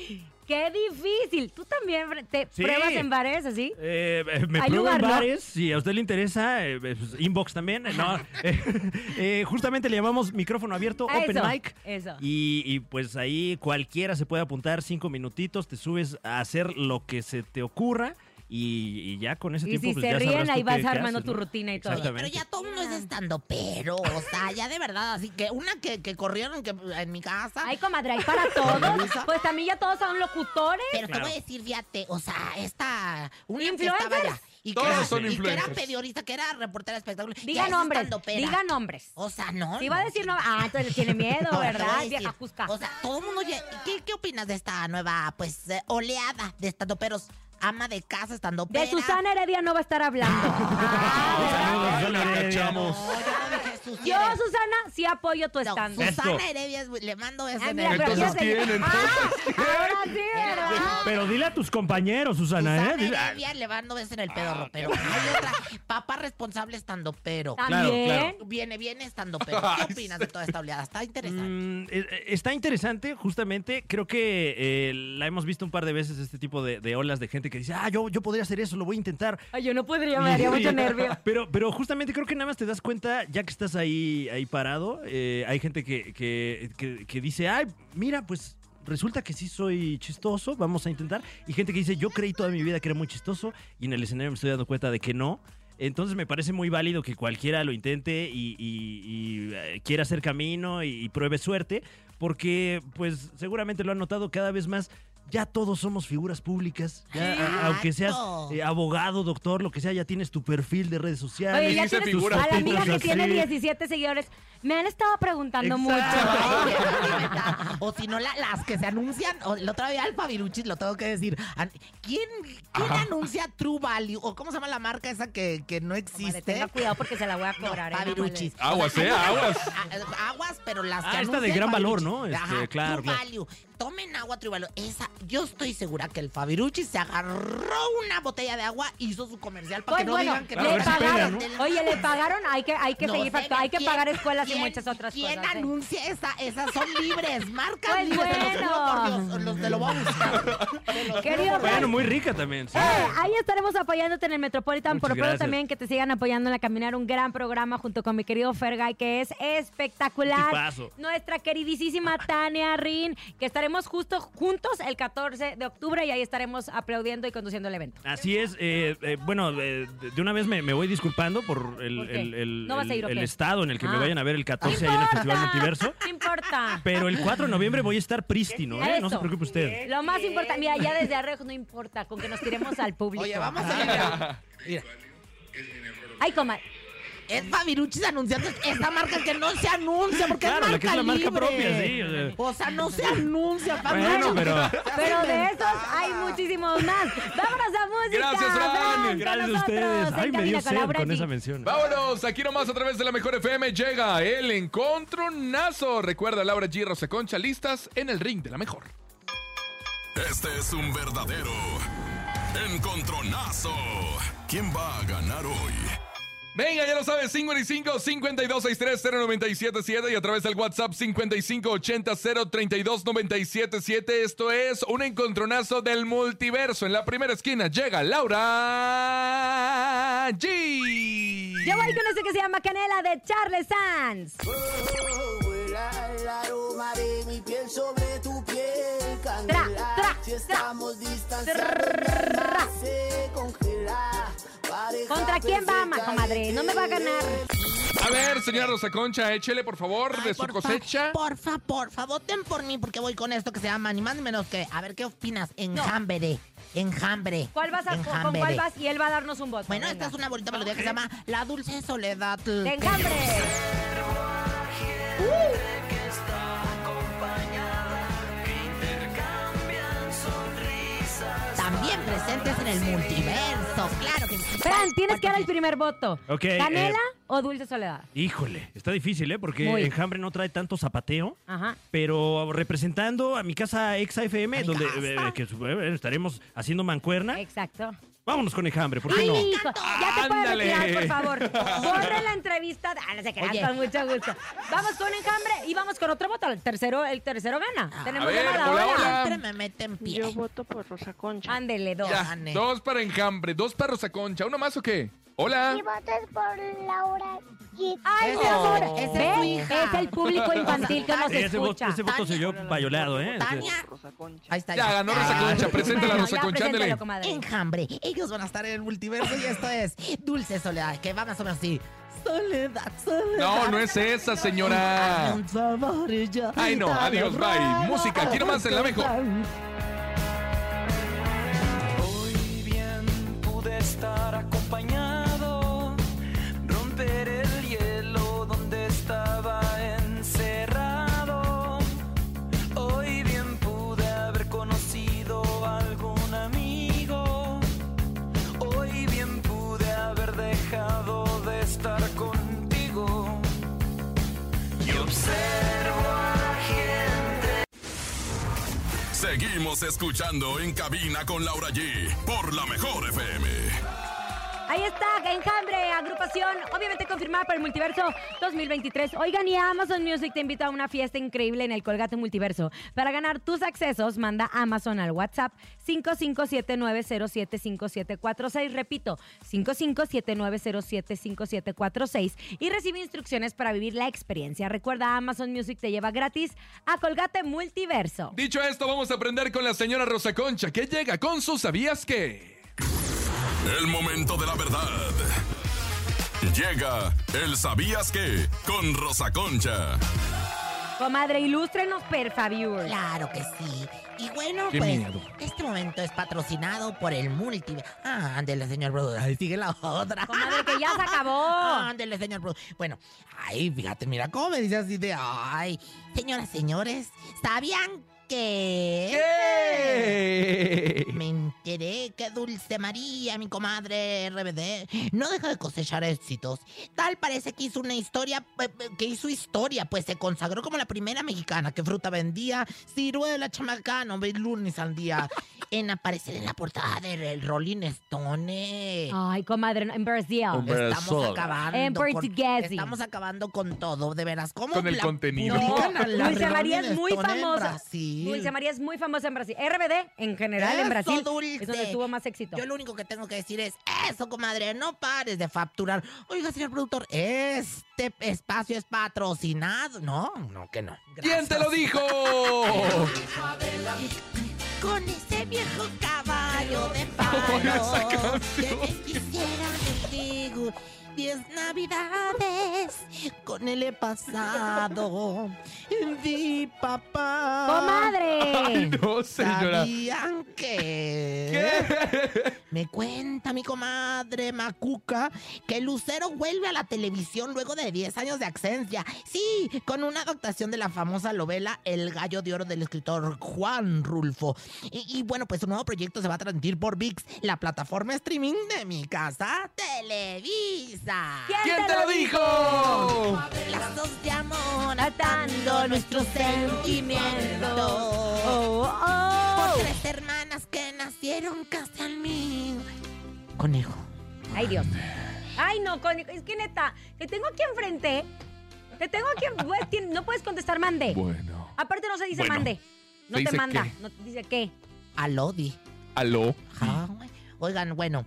Speaker 2: ¡qué difícil! ¿Tú también Fran, te
Speaker 7: Sí.
Speaker 2: pruebas en bares así?
Speaker 7: Eh, eh, me
Speaker 2: Hay
Speaker 7: pruebo
Speaker 2: lugar,
Speaker 7: en
Speaker 2: ¿no?
Speaker 7: bares, si a usted le interesa, eh, eh, pues, inbox también. No, eh, eh, justamente le llamamos micrófono abierto,
Speaker 2: Ah,
Speaker 7: open
Speaker 2: eso,
Speaker 7: mic.
Speaker 2: eso.
Speaker 7: Y, y, pues ahí cualquiera se puede apuntar cinco minutitos, te subes a hacer lo que se te ocurra y, y ya con ese
Speaker 2: Y
Speaker 7: tiempo
Speaker 2: si
Speaker 7: pues,
Speaker 2: se
Speaker 7: ya
Speaker 2: ríen,
Speaker 7: sabrás tú
Speaker 2: ahí
Speaker 7: qué-
Speaker 2: vas
Speaker 7: qué
Speaker 2: armando
Speaker 7: haces,
Speaker 2: tu
Speaker 7: ¿no?
Speaker 2: rutina y todo.
Speaker 7: Exactando.
Speaker 3: Pero ya todo mundo es estando pero, o sea, ya de verdad, así que una que, que corrieron que en mi casa.
Speaker 2: Ay, comadre, hay para todos.
Speaker 3: Luisa.
Speaker 2: Pues también ya todos son locutores.
Speaker 3: pero
Speaker 7: claro.
Speaker 3: te voy a decir, fíjate, o sea, esta una que
Speaker 2: ¿Influencers?
Speaker 3: estaba allá y que
Speaker 4: Todos
Speaker 3: era,
Speaker 4: son
Speaker 3: y que era
Speaker 4: influencers.
Speaker 3: periodista, que era reportera de espectáculos. ya
Speaker 2: Diga
Speaker 3: es
Speaker 2: nombres,
Speaker 3: estandopera.
Speaker 2: diga nombres.
Speaker 3: O sea, no.
Speaker 2: Si va a
Speaker 3: Oh, no.
Speaker 2: decir no, ah, entonces le tiene miedo,
Speaker 3: No, te voy a
Speaker 2: ¿verdad?
Speaker 3: decir,
Speaker 2: Vieja Jusca.
Speaker 3: O sea, todo el mundo ya- ¿Qué, qué opinas de esta nueva, pues, eh, oleada de estandoperos? Ama de casa, estandopera.
Speaker 2: De Susana Heredia no va a estar hablando.
Speaker 7: Saludos,
Speaker 4: Ay,
Speaker 7: Susana
Speaker 4: la
Speaker 7: Heredia.
Speaker 4: cachamos.
Speaker 3: No, yo Ah, no dije Susana.
Speaker 2: Yo, Susana, sí apoyo tu
Speaker 3: No,
Speaker 2: estando.
Speaker 7: Eso.
Speaker 3: Susana Heredia, es- le mando ese
Speaker 2: Ah, mira,
Speaker 3: mensaje.
Speaker 2: pero ya
Speaker 4: Entonces
Speaker 2: se-
Speaker 4: quién,
Speaker 2: Ah,
Speaker 4: entonces
Speaker 2: ahora sí, ah, ¿verdad?
Speaker 7: Pero dile a tus compañeros, Susana,
Speaker 3: Susana
Speaker 7: ¿eh? Dile- ah,
Speaker 3: Heredia le mando beso en el
Speaker 4: Ah,
Speaker 3: pedorro, pero hay otra. Papá responsable estando pero.
Speaker 2: También.
Speaker 7: claro.
Speaker 3: Viene, viene estando pero. ¿Qué opinas de toda esta oleada? Está interesante.
Speaker 7: Mm, eh, eh, está interesante, justamente. Creo que eh, la hemos visto un par de veces este tipo de, de olas de gente que dice, ah, yo, yo podría hacer eso, lo voy a intentar.
Speaker 2: Ay, yo no podría, me daría mucho
Speaker 7: Sí.
Speaker 2: nervio.
Speaker 7: Pero, pero justamente creo que nada más te das cuenta, ya que estás ahí, ahí parado, eh, hay gente que, que- que- que dice, ay, mira, pues resulta que sí soy chistoso, vamos a intentar. Y gente que dice, yo creí toda mi vida que era muy chistoso y en el escenario me estoy dando cuenta de que no. Entonces me parece muy válido que cualquiera lo intente y, y- y, eh, quiera hacer camino y, y pruebe suerte, porque pues seguramente lo han notado cada vez más. ya todos somos figuras públicas. Ya, a- aunque seas
Speaker 3: Exacto.
Speaker 7: eh, abogado, doctor, lo que sea, ya tienes tu perfil de redes sociales.
Speaker 2: Oye, ya
Speaker 4: dice
Speaker 2: tienes
Speaker 4: figura.
Speaker 2: a la amiga que
Speaker 7: Así.
Speaker 2: tiene 17 seguidores. Me han estado preguntando mucho.
Speaker 3: Ay, neta. o si no, la- las que se anuncian, o el otro día Alfa Viruchis, lo tengo que decir. An- ¿Quién, quién anuncia True Value? ¿O cómo se llama la marca esa que, que no
Speaker 2: Comadre,
Speaker 3: existe?
Speaker 2: tenga cuidado porque se la voy a cobrar. ¿eh?
Speaker 3: Paviruchis.
Speaker 4: Aguas, eh, aguas.
Speaker 3: A- Ah, Aguas, pero las que
Speaker 7: Ah, esta de
Speaker 3: anuncian
Speaker 7: gran valor,
Speaker 3: Fabiruchis.
Speaker 7: ¿no? Este,
Speaker 3: Ajá,
Speaker 7: claro,
Speaker 3: True
Speaker 7: claro.
Speaker 3: Value. Tomen agua True Value. Esa, yo estoy segura que el Fabiruchi se agarró una botella de agua, hizo su comercial para
Speaker 2: Pues
Speaker 3: que no
Speaker 2: bueno,
Speaker 3: digan que
Speaker 7: a
Speaker 2: le
Speaker 7: ver si pega,
Speaker 2: pagaron.
Speaker 3: ¿no?
Speaker 2: Oye, le pagaron, hay que, hay que
Speaker 3: No
Speaker 2: seguir
Speaker 3: sé
Speaker 2: facturando, hay que
Speaker 3: quién-
Speaker 2: pagar escuelas y
Speaker 3: quién-
Speaker 2: muchas otras
Speaker 3: ¿Quién
Speaker 2: cosas. ¿eh?
Speaker 3: anuncia esa? Esas son libres, marcas
Speaker 2: Pues
Speaker 3: libres. te lo juro por
Speaker 2: bueno.
Speaker 3: Dios, los- te lo voy a buscar. Te lo juro
Speaker 2: Querido
Speaker 3: por Dios.
Speaker 7: Bueno, muy rica también. sí.
Speaker 2: Eh, ahí estaremos apoyándote en el Metropolitan.
Speaker 7: Muchas
Speaker 2: por favor
Speaker 7: gracias.
Speaker 2: también que te sigan apoyando en la Caminar, un gran programa junto con mi querido Fergay, que es espectacular.
Speaker 7: Tipazo.
Speaker 2: Nuestra queridísima Tania Rin, que estaremos justo juntos el 14 de octubre y ahí estaremos aplaudiendo y conduciendo el evento.
Speaker 7: Así es. eh, eh, bueno, eh, de, una vez me, me voy disculpando por el,
Speaker 2: ¿Por qué?
Speaker 7: el- el-
Speaker 2: ¿No vas
Speaker 7: el-
Speaker 2: a ir o
Speaker 7: el
Speaker 2: qué?
Speaker 7: estado en el que me
Speaker 2: Ah.
Speaker 7: vayan a ver el
Speaker 2: ¡No
Speaker 7: 14 ahí en el Festival Multiverso.
Speaker 2: No importa.
Speaker 7: Pero el 4 de noviembre voy a estar prístino, ¿eh? No se
Speaker 2: Eso.
Speaker 7: preocupe usted.
Speaker 2: Lo más importante, mira, ya desde Arrejos no importa, con que nos tiremos al público.
Speaker 3: Oye, vamos a ver. Mira,
Speaker 2: Ay, comadre.
Speaker 3: es Fabiruchis anunciando esta marca que no se anuncia porque
Speaker 7: Claro,
Speaker 3: es
Speaker 7: la
Speaker 3: marca
Speaker 7: que es la marca
Speaker 3: libre.
Speaker 7: propia, sí, o sea.
Speaker 3: O sea, no se anuncia, Fabiruchis.
Speaker 7: Bueno, pero-
Speaker 2: Pero de esos hay muchísimos más. Vámonos a música.
Speaker 4: Gracias, Fran.
Speaker 2: con
Speaker 7: Gracias a
Speaker 2: nosotros.
Speaker 7: ustedes.
Speaker 2: En
Speaker 7: Ay, me dio
Speaker 2: cabina
Speaker 7: sed
Speaker 2: colabora
Speaker 7: con esa
Speaker 2: G.
Speaker 7: mención.
Speaker 4: Vámonos, aquí nomás a través de la mejor FM llega el encontronazo. Recuerda Laura G. Rosa Concha, listas en el ring de la mejor.
Speaker 1: Este es un verdadero encontronazo. ¿Quién va a ganar hoy?
Speaker 4: Venga, ya lo sabes, 55 52 63 0977 y a través del WhatsApp 55 80 032 977. Esto es un encontronazo del multiverso. En la primera esquina llega Laura G.
Speaker 2: Yo voy con este que se llama Canela de Charles Sanz.
Speaker 9: Vuela el aroma de mi piel sobre tu piel,
Speaker 2: Tra, tra,
Speaker 9: candela. Si
Speaker 2: tra.
Speaker 9: estamos distanciados, mi alma se congela. Pareja
Speaker 2: ¿Contra quién va, ma,
Speaker 9: perfecta
Speaker 2: comadre?
Speaker 9: y
Speaker 2: No me va a ganar.
Speaker 4: A ver, señora Rosa Concha, échele por favor
Speaker 3: Ay,
Speaker 4: de su
Speaker 3: porfa,
Speaker 4: cosecha.
Speaker 3: Porfa, porfa, voten por mí porque voy con esto que se llama ni más ni menos que. A ver, ¿qué opinas? Enjambre. Enjambre.
Speaker 2: ¿Cuál vas a, con- con
Speaker 3: Enjambre.
Speaker 2: cuál vas? Y él va a darnos un voto.
Speaker 3: Bueno,
Speaker 2: venga.
Speaker 3: esta es una bonita melodía que se llama La Dulce Soledad.
Speaker 2: De enjambre.
Speaker 3: También presentes en el multiverso, claro que sí.
Speaker 2: Fran, tienes que dar el primer voto.
Speaker 7: Ok,
Speaker 2: ¿Canela
Speaker 7: eh,
Speaker 2: o Dulce Soledad?
Speaker 7: Híjole, está difícil, ¿eh? Porque
Speaker 2: Muy. Ah.
Speaker 7: Enjambre no trae tanto zapateo.
Speaker 2: Ajá.
Speaker 7: Pero representando a mi casa Exa FM,
Speaker 3: A mi
Speaker 7: donde
Speaker 3: casa.
Speaker 7: eh, que, eh, estaremos haciendo mancuerna.
Speaker 2: Exacto.
Speaker 7: Vámonos con Enjambre, ¿por qué
Speaker 2: Ay,
Speaker 7: no?
Speaker 2: hijo, ya te puedes
Speaker 4: Ándale.
Speaker 2: retirar, por favor. Corre la entrevista. Ah, no se crean,
Speaker 3: Oye.
Speaker 2: con mucho gusto. Vamos con enjambre y vamos con otro voto. El tercero, el tercero gana. Tenemos
Speaker 4: A ver,
Speaker 2: llamada
Speaker 4: hola,
Speaker 2: ahora.
Speaker 4: hola.
Speaker 3: Siempre me meten pie.
Speaker 10: Yo voto por Rosa Concha.
Speaker 2: Ándele, dos.
Speaker 4: Ya,
Speaker 3: Gane.
Speaker 4: dos para enjambre, dos para Rosa Concha, uno más o qué? Hola.
Speaker 2: Ay, mi
Speaker 3: Eso.
Speaker 2: amor.
Speaker 3: Esa es
Speaker 2: Ve,
Speaker 3: tu hija.
Speaker 2: Es el público infantil que nos
Speaker 7: Sí, ese, voto,
Speaker 2: escucha.
Speaker 7: ese voto se vio payolado, ¿eh?
Speaker 3: Tania.
Speaker 10: Rosa Concha.
Speaker 3: Ahí está.
Speaker 4: Ya ganó Rosa
Speaker 3: Ah,
Speaker 4: Concha, preséntala
Speaker 2: Bueno,
Speaker 4: Rosa
Speaker 2: ya,
Speaker 4: Concha, ándele.
Speaker 2: preséntalo, comadre.
Speaker 3: Enjambre. Ellos van a estar en el multiverso y esto es Dulce Soledad, que va más o menos así. Soledad, soledad.
Speaker 4: No, no es esa, señora.
Speaker 3: Hazme un favor y yo
Speaker 4: Ay, no,
Speaker 3: te lo
Speaker 4: adiós, bye.
Speaker 3: ruego.
Speaker 4: Música, aquí nomás en la mejor.
Speaker 5: Hoy bien pude estar acompañado, romper el hielo donde estaba encerrado. Hoy bien pude haber conocido a algún amigo. Hoy bien pude haber dejado de estar contigo. Y observo a gente.
Speaker 1: Seguimos escuchando en cabina con Laura G por la mejor FM.
Speaker 2: Ahí está, Enjambre, agrupación, obviamente confirmada por el Multiverso 2023. Oigan, y Amazon Music te invita a una fiesta increíble en el Colgate Multiverso. Para ganar tus accesos, manda Amazon al WhatsApp 5579075746. Repito, 5579075746 y recibe instrucciones para vivir la experiencia. Recuerda, Amazon Music te lleva gratis a Colgate Multiverso.
Speaker 4: Dicho esto, vamos a aprender con la señora Rosa Concha, que llega con su ¿Sabías qué?
Speaker 1: El momento de la verdad. Llega el Sabías que con Rosa Concha.
Speaker 2: Comadre, ilústrenos, per favor.
Speaker 3: Claro que sí. Y bueno,
Speaker 4: Qué
Speaker 3: pues
Speaker 4: miedo.
Speaker 3: este momento es patrocinado por el multi. Ah, ándele, señor Bruder. Ahí sigue la otra.
Speaker 2: Comadre, que ya se acabó.
Speaker 3: Ándele, señor Bruder. Bueno, ay, fíjate, mira cómo me dice así de. Ay, señoras, señores, ¿sabían que.?
Speaker 4: ¡Eh!
Speaker 3: Me enteré que Dulce María, mi comadre RBD, no deja de cosechar éxitos. Tal parece que hizo una historia, eh, eh, que hizo historia, pues se consagró como la primera mexicana que fruta vendía, ciruela, chamacano, melón y sandía, en aparecer en la portada del Rolling Stone. eh,
Speaker 2: Ay, comadre, no, en Brasil.
Speaker 7: Hombre.
Speaker 3: Estamos
Speaker 7: Brasil.
Speaker 2: En
Speaker 3: acabando, con,
Speaker 2: portugués.
Speaker 3: estamos acabando con todo, de veras. ¿Cómo
Speaker 4: Con el
Speaker 3: la
Speaker 4: contenido.
Speaker 3: publican a la
Speaker 2: Dulce María
Speaker 3: Rolling
Speaker 2: es muy
Speaker 3: Stone en
Speaker 2: famosa.
Speaker 3: Brasil?
Speaker 2: Dulce María es muy famosa en Brasil. RBD, en general, en
Speaker 3: Eso,
Speaker 2: Brasil,
Speaker 3: Dulce.
Speaker 2: es donde tuvo más éxito.
Speaker 3: Yo lo único que tengo que decir es, eso, comadre, no pares de facturar. Oiga, señor productor, este espacio es patrocinado. No, no, que no.
Speaker 4: ¿Quién te lo
Speaker 3: Gracias.
Speaker 4: dijo?
Speaker 3: Con ese viejo caballo de
Speaker 4: Con esa
Speaker 3: palo que
Speaker 4: canción.
Speaker 3: me quisiera contigo. Diez navidades con él he pasado. Di papá.
Speaker 4: Ay,
Speaker 2: ¡Comadre!
Speaker 4: no, señora.
Speaker 3: ¿Sabían que?
Speaker 4: ¿Qué?
Speaker 3: Me cuenta mi comadre Macuca que Lucero vuelve a la televisión luego de 10 años de ausencia. Sí, con una adaptación de la famosa novela El gallo de oro del escritor Juan Rulfo. Y, y bueno, pues su nuevo proyecto se va a transmitir por VIX, la plataforma streaming de mi casa, Televisa.
Speaker 4: ¿Quién te lo dijo?
Speaker 3: Lazos de amor atando
Speaker 2: Atando
Speaker 3: nuestros
Speaker 2: nuestros
Speaker 3: sentimientos.
Speaker 2: sentimientos. Oh, oh.
Speaker 3: Por tres hermanas que nacieron casi al mío. Conejo.
Speaker 2: Ay, Dios. Ay, no, con- es que neta, te tengo aquí enfrente. Te tengo aquí en- pues, tien- No puedes contestar mande.
Speaker 4: Bueno.
Speaker 2: Aparte no se dice
Speaker 4: Bueno,
Speaker 2: mande. No
Speaker 4: se
Speaker 2: te
Speaker 4: dice
Speaker 2: manda.
Speaker 4: qué.
Speaker 2: No te dice qué.
Speaker 3: Alodi.
Speaker 4: ¿Aló?
Speaker 3: Ah, güey. Oigan, bueno,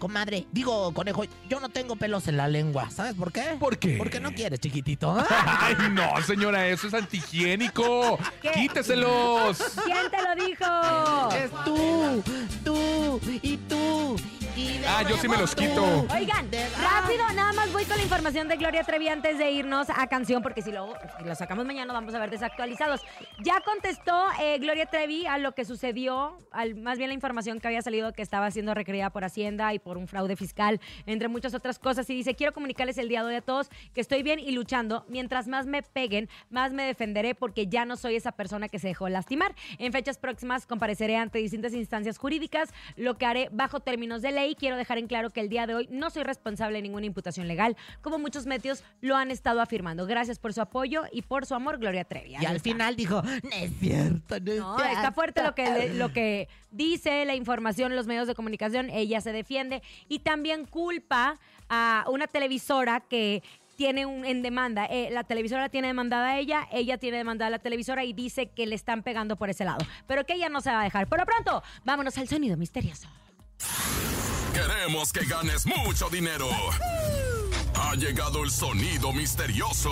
Speaker 3: comadre, digo, conejo, yo no tengo pelos en la lengua. ¿Sabes por qué?
Speaker 4: ¿Por qué?
Speaker 3: Porque no quieres, chiquitito. ¿ah?
Speaker 4: Ay, no, señora, eso es antihigiénico.
Speaker 2: ¿Qué?
Speaker 4: Quíteselos.
Speaker 2: ¿Quién te lo dijo?
Speaker 4: Eh,
Speaker 3: Es tú, tú y tú. Y de
Speaker 4: Ah, yo sí me
Speaker 3: nuevo
Speaker 4: los
Speaker 3: tú.
Speaker 4: quito.
Speaker 2: Oigan,
Speaker 3: De- ah,
Speaker 2: rápido, nada más voy con la información de Gloria Trevi antes de irnos a canción, porque si luego si lo sacamos mañana vamos a ver desactualizados. Ya contestó eh, Gloria Trevi a lo que sucedió, al, más bien la información que había salido que estaba siendo requerida por Hacienda y por un fraude fiscal, entre muchas otras cosas. Y dice, quiero comunicarles el día de hoy a todos que estoy bien y luchando. Mientras más me peguen, más me defenderé porque ya no soy esa persona que se dejó lastimar. En fechas próximas compareceré ante distintas instancias jurídicas, lo que haré bajo términos de ley. Quiero dejar en claro que el día de hoy no soy responsable de ninguna imputación legal, como muchos medios lo han estado afirmando. Gracias por su apoyo y por su amor, Gloria Trevi.
Speaker 3: Y
Speaker 2: Ahí
Speaker 3: al
Speaker 2: está.
Speaker 3: final dijo, no es cierto, no es
Speaker 2: No,
Speaker 3: cierto.
Speaker 2: está fuerte lo que, le- lo que dice la información, los medios de comunicación, ella se defiende y también culpa a una televisora que tiene un, en demanda, eh, la televisora tiene demandada a ella, ella tiene demandada a la televisora y dice que le están pegando por ese lado, pero que ella no se va a dejar. Por lo pronto, vámonos al sonido misterioso.
Speaker 1: Queremos que ganes mucho dinero. Ha llegado el sonido misterioso.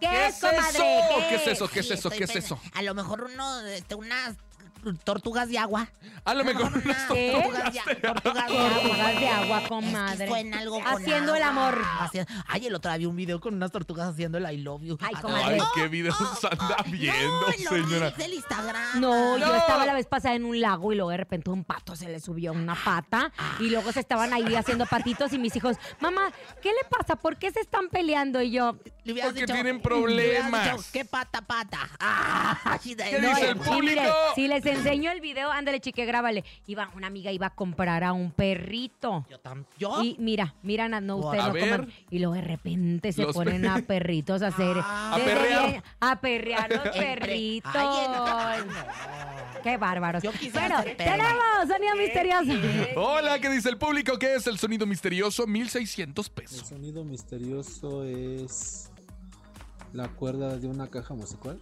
Speaker 2: ¿Qué, es, comadre?
Speaker 4: eso? ¿Qué es eso? ¿Qué es
Speaker 3: Sí,
Speaker 4: eso?
Speaker 3: estoy
Speaker 4: ¿Qué es
Speaker 3: pensando.
Speaker 4: eso?
Speaker 3: A lo mejor uno, este, unas tortugas de agua.
Speaker 4: A lo mejor unas
Speaker 3: Unas
Speaker 2: ¿Qué?
Speaker 3: tortugas de, tortugas de agua.
Speaker 2: Tortugas de agua,
Speaker 3: Es
Speaker 2: comadre.
Speaker 3: que suena algo con
Speaker 2: Haciendo el
Speaker 3: agua.
Speaker 2: amor.
Speaker 3: Haci- Ay, el otro día vi un video con unas tortugas haciendo el I love you.
Speaker 2: Ay, Oh,
Speaker 3: Acá-
Speaker 2: comadre.
Speaker 4: Ay, qué videos anda viendo,
Speaker 3: no, Ah, lo
Speaker 4: señora.
Speaker 3: vi del Instagram.
Speaker 2: No,
Speaker 4: No.
Speaker 2: yo estaba la vez pasada en un lago y luego de repente un pato se le subió una pata y luego se estaban ahí haciendo patitos y mis hijos, mamá, ¿qué le pasa? ¿Por qué se están peleando? Y yo,
Speaker 3: Le hubieras
Speaker 4: Porque
Speaker 3: dicho-
Speaker 4: tienen
Speaker 3: le hubieras
Speaker 4: problemas.
Speaker 3: dicho, ¿Qué pata, pata? Ah, ¿Qué
Speaker 4: dice el
Speaker 2: sí,
Speaker 4: público?
Speaker 2: mire, si les enseño el video, ándale, chique, grábale. Iba, una amiga iba a comprar a un perrito.
Speaker 3: Yo tam- yo.
Speaker 2: Y mira, mira, no, no ustedes
Speaker 4: A
Speaker 2: no
Speaker 4: ver.
Speaker 2: coman. Y luego de repente se
Speaker 4: Los
Speaker 2: ponen
Speaker 4: pe-
Speaker 2: a perritos a hacer.
Speaker 3: Ah.
Speaker 4: A
Speaker 2: desde
Speaker 4: perrear.
Speaker 2: bien- a perrear los
Speaker 3: Ay,
Speaker 2: perritos.
Speaker 3: en-
Speaker 2: Qué bárbaros.
Speaker 3: Yo quisiera
Speaker 2: Bueno,
Speaker 3: ser perra.
Speaker 2: tenemos sonido misterioso.
Speaker 4: Hola, ¿qué dice el público? ¿Qué es el sonido misterioso? 1600
Speaker 11: El
Speaker 4: pesos.
Speaker 11: sonido misterioso es la cuerda de una caja musical.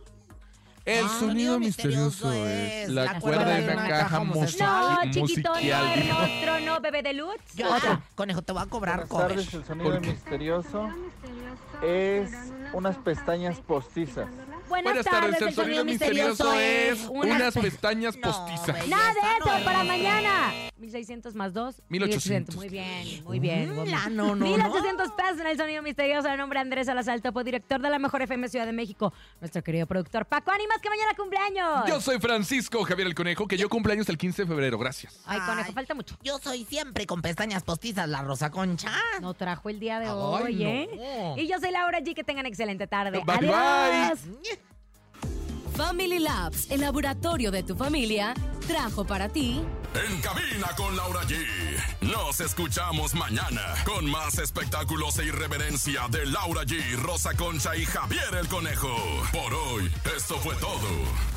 Speaker 4: El
Speaker 3: Ah, sonido misterioso es
Speaker 4: la cuerda de una caja
Speaker 2: No,
Speaker 4: musical.
Speaker 2: chiquito, no,
Speaker 4: musical, dijo.
Speaker 2: hermoso, no, bebé de luz.
Speaker 3: Yo, ah, conejo, te voy a cobrar cover.
Speaker 12: el sonido
Speaker 4: ¿Por qué?
Speaker 12: misterioso es unas pestañas postizas.
Speaker 2: Buenas,
Speaker 4: Buenas tardes, el sonido misterioso es unas pestañas
Speaker 3: No,
Speaker 4: postizas.
Speaker 3: güey.
Speaker 2: Nada de
Speaker 3: Esa no
Speaker 2: eso
Speaker 3: es.
Speaker 2: para mañana. 1600 más 2.
Speaker 4: 1800.
Speaker 2: Muy bien, muy bien.
Speaker 3: Mm,
Speaker 2: Gómez.
Speaker 3: la no, no,
Speaker 2: 1800 pesos en el sonido misterioso. El nombre Andrés Salazar, topo director de la mejor FM Ciudad de México. Nuestro querido productor Paco Ánimas, que mañana cumpleaños.
Speaker 4: Yo soy Francisco Javier el Conejo, que yo cumpleaños el 15 de febrero. Gracias.
Speaker 2: Ay, conejo, falta mucho.
Speaker 3: Yo soy siempre con pestañas postizas, la Rosa Concha.
Speaker 2: No trajo el día de hoy,
Speaker 3: no.
Speaker 2: ¿eh? Y yo soy Laura G. Que tengan excelente tarde.
Speaker 4: Bye, bye.
Speaker 2: Adiós.
Speaker 13: Family Labs, el laboratorio de tu familia, trajo para ti
Speaker 1: En cabina con Laura G. Nos escuchamos mañana con más espectáculos e irreverencia de Laura G, Rosa Concha y Javier el Conejo. Por hoy, esto fue todo.